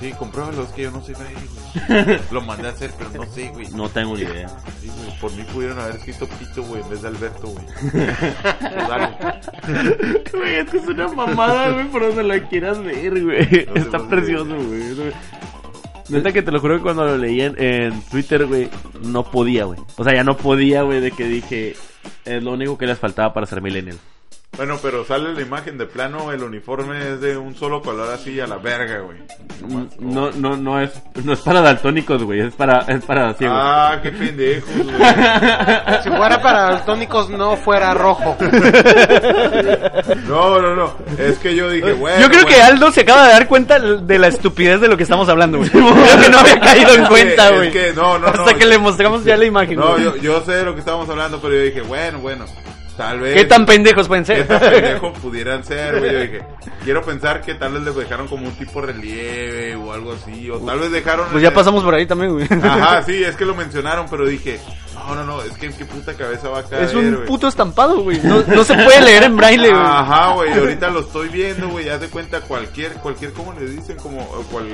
[SPEAKER 6] Sí, compruébalo, es que yo no sé nadie, güey. Lo mandé a hacer, pero no sé, güey.
[SPEAKER 3] No tengo ni idea.
[SPEAKER 6] Sí, güey, Por mí pudieron haber escrito Pito, güey, en vez de Alberto, güey. Pues dale.
[SPEAKER 3] Güey, es que es una mamada, güey, por donde la quieras ver, güey.
[SPEAKER 6] No te
[SPEAKER 3] Está
[SPEAKER 6] pases
[SPEAKER 3] precioso,
[SPEAKER 6] de
[SPEAKER 3] güey. Eso- Neta que te lo juro que cuando lo leí en, en Twitter, güey, no podía, güey. O sea, ya no podía, güey, de que dije... Es lo único que les faltaba para ser millennial.
[SPEAKER 6] Bueno, pero sale la imagen de plano, el uniforme es de un solo color así a la verga, güey. Nomás,
[SPEAKER 3] No, Mm, no, no es, no es para daltónicos, güey. Es para, es para ciegos.
[SPEAKER 6] Ah, qué pendejos, güey.
[SPEAKER 4] Si fuera para los tónicos, no fuera rojo.
[SPEAKER 6] No, no, no. Es que yo dije, güey.
[SPEAKER 5] Yo creo que Aldo se acaba de dar cuenta de la estupidez de lo que estamos hablando, güey. Creo que no había caído en cuenta, güey.
[SPEAKER 6] Es que, no, no,
[SPEAKER 5] Hasta
[SPEAKER 6] no.
[SPEAKER 5] que le mostramos ya la imagen,
[SPEAKER 6] No,
[SPEAKER 5] güey.
[SPEAKER 6] yo, yo sé de lo que estábamos hablando, pero yo dije, bueno, bueno. Tal vez.
[SPEAKER 5] ¿Qué tan pendejos pueden
[SPEAKER 6] qué
[SPEAKER 5] ser?
[SPEAKER 6] tan pendejo pudieran ser, güey. Yo dije, quiero pensar que tal vez les dejaron como un tipo relieve o algo así. O tal vez dejaron.
[SPEAKER 5] Pues ya
[SPEAKER 6] pasamos
[SPEAKER 5] pasamos por ahí también, güey.
[SPEAKER 6] Ajá, sí, es que lo mencionaron, pero dije, no, no, no, es que en qué puta cabeza va a caer.
[SPEAKER 5] Es un
[SPEAKER 6] güey.
[SPEAKER 5] puto estampado, güey. No, no se puede leer en braille, güey.
[SPEAKER 6] Ajá, güey, ahorita lo estoy viendo, güey, haz de cuenta cualquier, cualquier, ¿cómo le dicen? Como, o cual...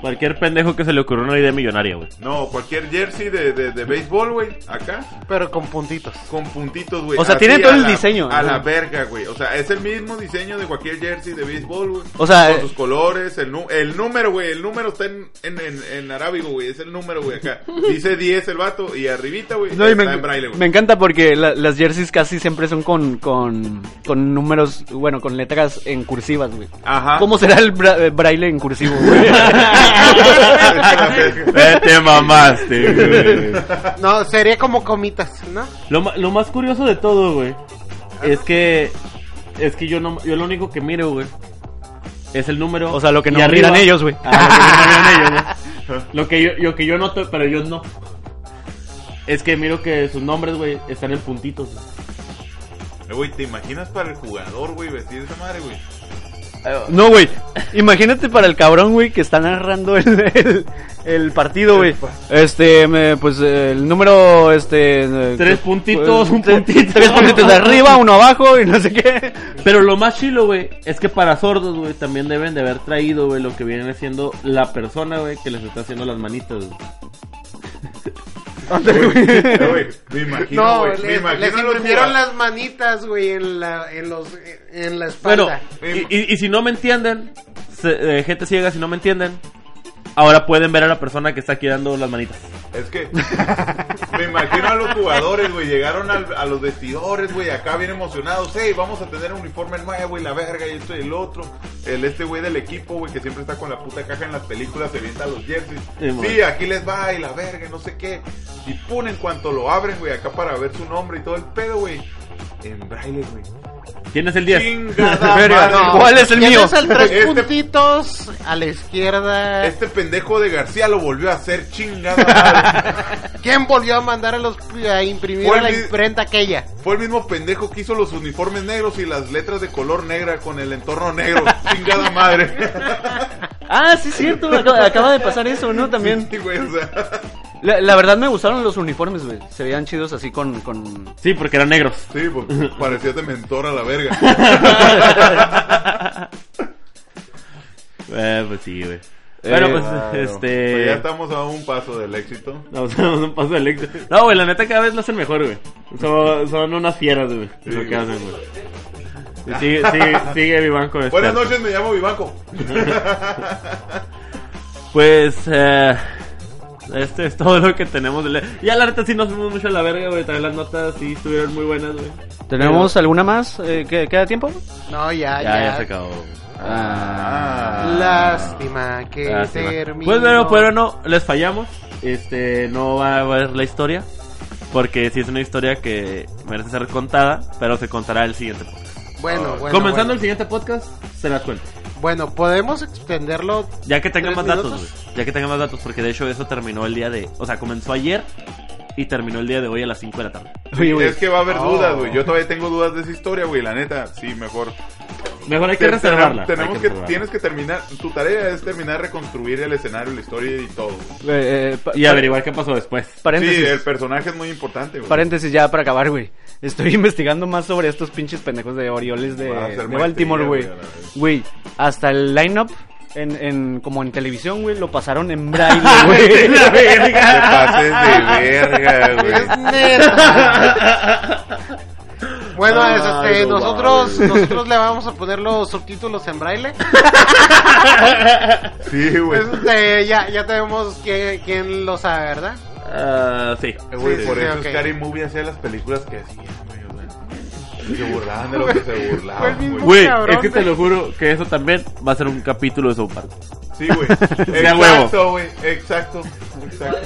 [SPEAKER 3] Cualquier pendejo que se le ocurrió una idea millonaria, güey.
[SPEAKER 6] No, cualquier jersey de, de, de béisbol, güey, acá,
[SPEAKER 4] Pero con puntitos.
[SPEAKER 6] con puntitos, güey.
[SPEAKER 5] O sea,
[SPEAKER 6] así
[SPEAKER 5] tiene todo
[SPEAKER 6] a
[SPEAKER 5] el
[SPEAKER 6] la-
[SPEAKER 5] diseño,
[SPEAKER 6] A la
[SPEAKER 5] ajá.
[SPEAKER 6] verga, güey. O sea, es el mismo diseño de cualquier jersey de béisbol, güey.
[SPEAKER 5] O sea,
[SPEAKER 6] Con
[SPEAKER 5] eh,
[SPEAKER 6] sus colores, el, nu- el número, güey. El número está en, en, en, en arábigo, güey. Es el número, güey, acá. Dice 10 el vato y arribita, güey.
[SPEAKER 5] eh, No, y me,
[SPEAKER 6] está en braille, güey.
[SPEAKER 5] me encanta porque la- las jerseys casi siempre son con, con, con números, bueno, con letras en cursivas, güey.
[SPEAKER 6] Ajá.
[SPEAKER 5] ¿Cómo será el bra- eh, braille en cursivo, güey?
[SPEAKER 3] Ah, Vete, mamaste, güey.
[SPEAKER 4] No, sería como comitas, ¿no?
[SPEAKER 3] Lo, ma- lo más curioso de todo,
[SPEAKER 6] ¿Eh?
[SPEAKER 3] güey, es que es que yo no yo lo único que miro, güey, es el número.
[SPEAKER 5] O sea, lo que
[SPEAKER 3] y
[SPEAKER 5] no
[SPEAKER 3] arriba-
[SPEAKER 5] miran ellos, güey.
[SPEAKER 3] Ah, lo que no miran ellos, güey. Lo que yo lo que yo noto, pero yo no. Es que miro que sus nombres, güey, están en puntitos. güey.
[SPEAKER 6] Eh, Güey, ¿te imaginas para el jugador, güey, vestir esa madre, güey?
[SPEAKER 5] No, güey. Imagínate para el cabrón, güey, que está narrando el, el, el partido, güey. Este, me- pues eh, el número, este... eh,
[SPEAKER 3] Tres
[SPEAKER 5] que-
[SPEAKER 3] puntitos, un
[SPEAKER 5] tres-
[SPEAKER 3] puntito.
[SPEAKER 5] Tres puntitos de arriba, uno abajo y no sé qué.
[SPEAKER 3] Pero lo más chilo, güey, es que para sordos, güey, también deben de haber traído, güey, lo que viene siendo la persona, güey, que les está haciendo las manitas, güey.
[SPEAKER 6] Eh, güey, me imagino,
[SPEAKER 4] No,
[SPEAKER 6] güey. Me
[SPEAKER 4] les,
[SPEAKER 6] imagino
[SPEAKER 4] les
[SPEAKER 6] a los
[SPEAKER 4] imprimieron
[SPEAKER 6] jugadores-
[SPEAKER 4] las manitas, güey, en la, en los, en la
[SPEAKER 3] Bueno,
[SPEAKER 4] espalda.
[SPEAKER 6] Eh,
[SPEAKER 3] y, y- y si no me entienden, se- eh, gente ciega, si no me entienden, ahora pueden ver a la persona que está aquí dando las manitas.
[SPEAKER 6] Es que me imagino a los jugadores, güey. Llegaron al- a los vestidores, güey. Acá bien emocionados. Hey, vamos a tener un uniforme nuevo, güey. La verga, y esto y el otro. El este güey del equipo, güey, que siempre está con la puta caja en las películas. Se avienta los jerseys.
[SPEAKER 3] Sí, man.
[SPEAKER 6] Sí, aquí les va y la verga, y no sé qué. Y pum, en cuanto lo abren, güey, acá para ver su nombre y todo el pedo, güey. En braille, güey.
[SPEAKER 3] Tienes el 10.
[SPEAKER 6] Chingada
[SPEAKER 5] Verga,
[SPEAKER 6] madre,
[SPEAKER 5] no. ¿Cuál es el mío?
[SPEAKER 4] Tienes al tres
[SPEAKER 6] Este-
[SPEAKER 4] puntitos a la izquierda.
[SPEAKER 6] Este pendejo de García lo volvió a hacer chingada madre.
[SPEAKER 4] ¿Quién volvió a mandar a los a imprimir
[SPEAKER 6] Fue
[SPEAKER 4] a la
[SPEAKER 6] el-
[SPEAKER 4] imprenta aquella?
[SPEAKER 6] Fue el mismo pendejo que hizo los uniformes negros y las letras de color negra con el entorno negro. chingada madre.
[SPEAKER 5] Ah, sí, cierto. Acaba, acaba de pasar eso, ¿no? También.
[SPEAKER 6] Sí, güey, o sea,
[SPEAKER 5] La, la verdad me gustaron los uniformes, güey. Se veían chidos así con... con...
[SPEAKER 3] Sí, porque eran negros.
[SPEAKER 6] sí, pues, parecía de mentor a la verga.
[SPEAKER 3] Eh, pues sí, güey.
[SPEAKER 6] Eh,
[SPEAKER 3] Bueno, pues,
[SPEAKER 6] Pues ya
[SPEAKER 3] este...
[SPEAKER 6] estamos a un paso del éxito.
[SPEAKER 3] Vamos a un paso del éxito. No, güey, la neta cada vez lo hacen mejor, güey. Son, son unas fieras, güey. Lo que hacen, güey. Y Sigue, sigue, sigue Viván con esto.
[SPEAKER 6] Buenas noches, me llamo Vivanco.
[SPEAKER 3] Pues, eh, este es todo lo que tenemos. de le- Ya la neta sí nos fuimos mucho a la verga, güey. También las notas sí estuvieron muy buenas, güey.
[SPEAKER 5] ¿Tenemos alguna más? Eh, ¿qué- ¿Queda tiempo?
[SPEAKER 4] No,
[SPEAKER 3] Ya,
[SPEAKER 4] ya, ya.
[SPEAKER 3] ya se acabó. güey.
[SPEAKER 6] Ah.
[SPEAKER 4] Lástima que
[SPEAKER 3] Lástima.
[SPEAKER 4] terminó.
[SPEAKER 3] Pues bueno, pues no, les fallamos. Este, no va a haber la historia. Porque sí es una historia que merece ser contada, pero se contará el siguiente podcast.
[SPEAKER 4] Bueno, bueno.
[SPEAKER 3] Comenzando el
[SPEAKER 4] bueno.
[SPEAKER 3] siguiente podcast, se las cuento.
[SPEAKER 4] Bueno, podemos extenderlo.
[SPEAKER 3] Ya que tengan
[SPEAKER 4] ¿Tres
[SPEAKER 3] más
[SPEAKER 4] minutos?
[SPEAKER 3] datos, güey. Ya que tengan más datos, porque de hecho eso terminó el día de. O sea, comenzó ayer y terminó el día de hoy a las 5 de la tarde.
[SPEAKER 5] Oye, güey.
[SPEAKER 6] es que va a haber
[SPEAKER 4] Oh.
[SPEAKER 6] dudas, güey. Yo todavía tengo dudas de esa historia, güey. La neta, sí, mejor.
[SPEAKER 3] Mejor hay que
[SPEAKER 6] Te-
[SPEAKER 3] reservarla.
[SPEAKER 6] Tenemos
[SPEAKER 3] Hay
[SPEAKER 6] que,
[SPEAKER 3] reservarla.
[SPEAKER 6] tienes que terminar. Tu tarea es terminar de reconstruir el escenario, la historia y todo.
[SPEAKER 5] Eh, eh, pa-
[SPEAKER 3] Y averiguar qué pasó después.
[SPEAKER 5] Paréntesis.
[SPEAKER 6] Sí, eh. el personaje es muy importante, güey.
[SPEAKER 5] Paréntesis ya para acabar, güey. Estoy investigando más sobre estos pinches pendejos de Orioles de,
[SPEAKER 6] Vas a hacer
[SPEAKER 5] de
[SPEAKER 6] maestría,
[SPEAKER 5] Baltimore, güey.
[SPEAKER 6] güey, a la vez.
[SPEAKER 5] Güey, hasta el line-up, en, en, como en televisión, güey, lo pasaron en braille, güey.
[SPEAKER 3] La
[SPEAKER 6] Te
[SPEAKER 3] verga.
[SPEAKER 6] pases de verga, güey.
[SPEAKER 4] Es neta. Bueno,
[SPEAKER 6] Ay,
[SPEAKER 4] este,
[SPEAKER 6] no
[SPEAKER 4] nosotros,
[SPEAKER 6] mames.
[SPEAKER 4] nosotros le vamos a poner los subtítulos en braille.
[SPEAKER 6] Sí, güey.
[SPEAKER 4] Este, ya, ya tenemos quién, quién los sabe, ¿verdad?
[SPEAKER 3] Ah, sí.
[SPEAKER 6] Eh, güey,
[SPEAKER 4] Sí,
[SPEAKER 6] por
[SPEAKER 4] sí,
[SPEAKER 6] eso
[SPEAKER 4] sí, ok.
[SPEAKER 6] Scary Movie hacía las películas que hacía, güey. o sea, Se burlaban de lo que se
[SPEAKER 4] Fue el
[SPEAKER 6] burlaban,
[SPEAKER 4] mismo
[SPEAKER 6] güey.
[SPEAKER 3] Güey,
[SPEAKER 4] Cabrón,
[SPEAKER 3] es que te
[SPEAKER 4] güey.
[SPEAKER 3] lo juro que eso también va a ser un capítulo de South Park.
[SPEAKER 6] Sí, güey.
[SPEAKER 3] a huevo.
[SPEAKER 6] Exacto, güey. Exacto. Exacto.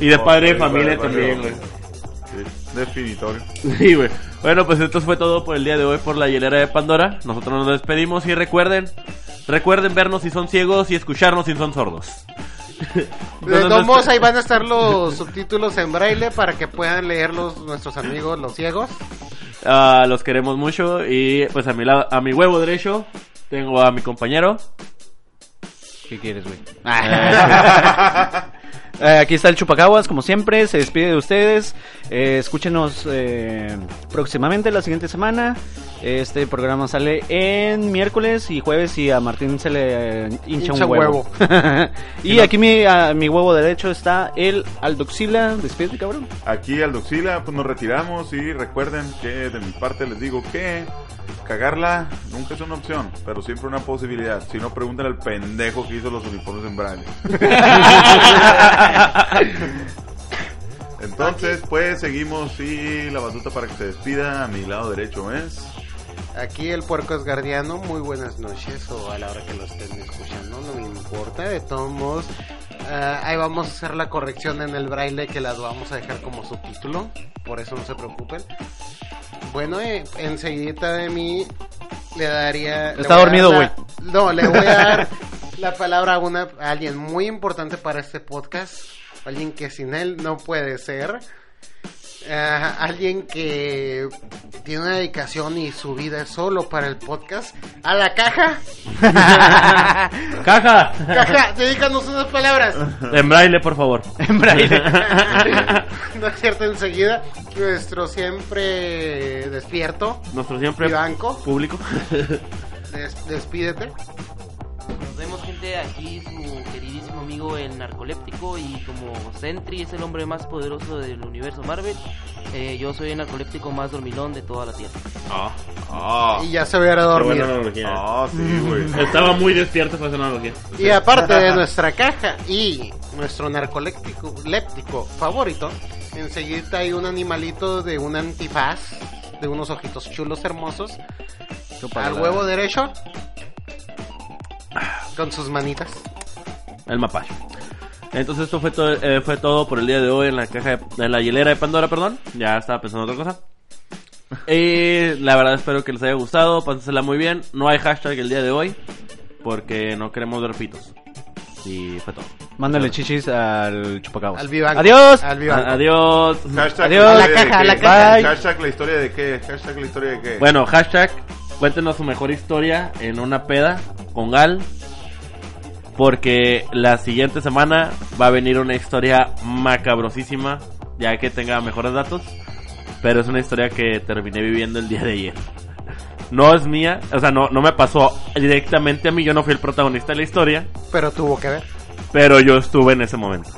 [SPEAKER 3] Y de
[SPEAKER 4] Oh,
[SPEAKER 6] No,
[SPEAKER 3] padre de
[SPEAKER 6] güey, padre
[SPEAKER 3] familia
[SPEAKER 6] de
[SPEAKER 3] también, güey.
[SPEAKER 6] familia. Sí, definitorio.
[SPEAKER 3] Sí, güey. Bueno, pues esto fue todo por el día de hoy por la hielera de Pandora. Nosotros nos despedimos y recuerden, recuerden vernos si son ciegos y escucharnos si son sordos.
[SPEAKER 4] De
[SPEAKER 3] Entonces,
[SPEAKER 4] todos modos,
[SPEAKER 3] nuestra-
[SPEAKER 4] ahí van a estar los subtítulos en braille para que puedan leerlos nuestros amigos los ciegos.
[SPEAKER 3] Ah, los queremos mucho y pues a mi lado, a mi huevo derecho tengo a mi compañero.
[SPEAKER 5] ¿Qué quieres, güey? Eh, aquí está el Chupacaguas, como siempre, se despide de ustedes. Eh, escúchenos eh, próximamente, la siguiente semana. Este programa sale en miércoles y jueves y a Martín se le eh, hincha,
[SPEAKER 4] Hincha
[SPEAKER 5] un huevo. y aquí mi, a mi huevo derecho está el Aldoxila. Despídete, cabrón.
[SPEAKER 6] Aquí al Doxila, pues nos retiramos y recuerden que de mi parte les digo que cagarla nunca es una opción, pero siempre una posibilidad. Si no, preguntan al pendejo que hizo los uniformes en braille. Entonces, pues seguimos y la batuta para que se despida a mi lado derecho es...
[SPEAKER 4] Aquí el puerco esgardiano, muy buenas noches o a la hora que lo estén escuchando, no me importa, de todos modos, ah, ahí vamos a hacer la corrección en el braille que la vamos a dejar como subtítulo, por eso no se preocupen. Bueno, eh, enseguidita de mí le daría... le
[SPEAKER 5] Está
[SPEAKER 4] voy a dar
[SPEAKER 5] dormido,
[SPEAKER 4] la- No, le voy a dar la palabra a, una, a alguien muy importante para este podcast, alguien que sin él no puede ser. Ah, alguien que tiene una dedicación y su vida es solo para el podcast. A la caja.
[SPEAKER 3] Caja.
[SPEAKER 4] Caja, dedícanos unas palabras.
[SPEAKER 3] En braille, por favor. En braille.
[SPEAKER 4] no es cierto, enseguida. Nuestro siempre despierto.
[SPEAKER 3] Nuestro siempre
[SPEAKER 4] Mi banco.
[SPEAKER 3] público.
[SPEAKER 4] Des- despídete.
[SPEAKER 7] Nos vemos gente, aquí su queridísimo amigo el narcoléptico y como Sentry es el hombre más poderoso del universo Marvel, eh, yo soy el narcoléptico más dormilón de toda la Tierra.
[SPEAKER 3] Ah,
[SPEAKER 4] Y ya se hubiera
[SPEAKER 3] qué buena
[SPEAKER 4] dormido. Oh.
[SPEAKER 3] analogía.
[SPEAKER 6] Ah, sí, güey.
[SPEAKER 3] Estaba muy despierto para hacer una analogía.
[SPEAKER 4] Y aparte de nuestra caja y nuestro narcoléctico léptico favorito, enseguida hay un animalito de un antifaz, de unos ojitos chulos hermosos, al huevo derecho, con sus manitas.
[SPEAKER 3] El mapacho. Entonces esto fue todo, eh, fue todo por el día de hoy en la caja de, en la hielera de Pandora, perdón. Ya estaba pensando en otra cosa. Y la verdad espero que les haya gustado, pásensela muy bien. No hay hashtag el día de hoy porque no queremos ver pitos. Y fue todo.
[SPEAKER 5] Mándale chichis al Chupacaguas.
[SPEAKER 4] Al vivanco.
[SPEAKER 5] Adiós.
[SPEAKER 4] Al vivanco.
[SPEAKER 3] A- Adiós.
[SPEAKER 6] Hashtag
[SPEAKER 5] Adiós.
[SPEAKER 6] historia
[SPEAKER 4] La
[SPEAKER 6] de
[SPEAKER 4] caja,
[SPEAKER 6] qué.
[SPEAKER 4] la caja.
[SPEAKER 5] Bye.
[SPEAKER 6] Hashtag la historia de qué. Hashtag la historia de qué.
[SPEAKER 3] Bueno, hashtag cuéntenos su mejor historia en una peda con Gal. Porque la siguiente semana va a venir una historia macabrosísima, ya que tenga mejores datos. Pero es una historia que terminé viviendo el día de ayer. No es mía, o sea, no, no me pasó directamente a mí, yo no fui el protagonista de la historia,
[SPEAKER 4] Pero tuvo que ver.
[SPEAKER 3] pero yo estuve en ese momento.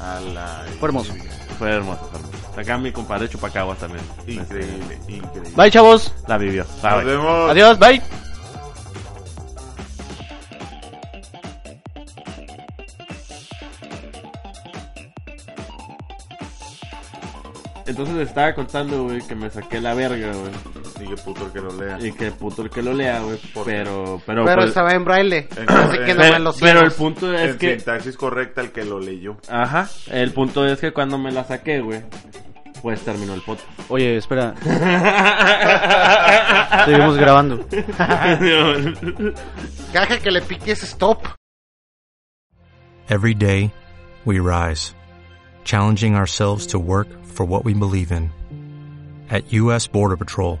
[SPEAKER 6] A la-
[SPEAKER 5] Fue hermoso.
[SPEAKER 3] Fue hermoso, fue hermoso. Acá mi compadre Chupacaguas también. este,
[SPEAKER 6] Increíble, increíble.
[SPEAKER 5] Bye, chavos.
[SPEAKER 3] La vivió. Bye,
[SPEAKER 6] Nos
[SPEAKER 3] bye.
[SPEAKER 6] vemos.
[SPEAKER 5] Adiós, bye.
[SPEAKER 3] Entonces Entonces le estaba contando, güey, que me saqué la verga, güey.
[SPEAKER 6] Y qué puto el que lo lea.
[SPEAKER 3] Y que puto el que lo lea, güey. Pero, pero,
[SPEAKER 4] pero
[SPEAKER 3] pues,
[SPEAKER 4] estaba en braille.
[SPEAKER 6] En-
[SPEAKER 4] Así que
[SPEAKER 6] en-
[SPEAKER 4] no me
[SPEAKER 3] pero,
[SPEAKER 4] lo sigo.
[SPEAKER 3] pero el punto es
[SPEAKER 6] en
[SPEAKER 3] que.
[SPEAKER 6] sintaxis correcta el que lo leyó.
[SPEAKER 3] Ajá. El punto es que cuando me la saqué, güey, pues terminó el podcast.
[SPEAKER 5] Oye, espera, seguimos grabando.
[SPEAKER 4] Caja que le piques stop.
[SPEAKER 8] Every day, we rise, challenging ourselves to work for what we believe in. At U.S. Border Patrol,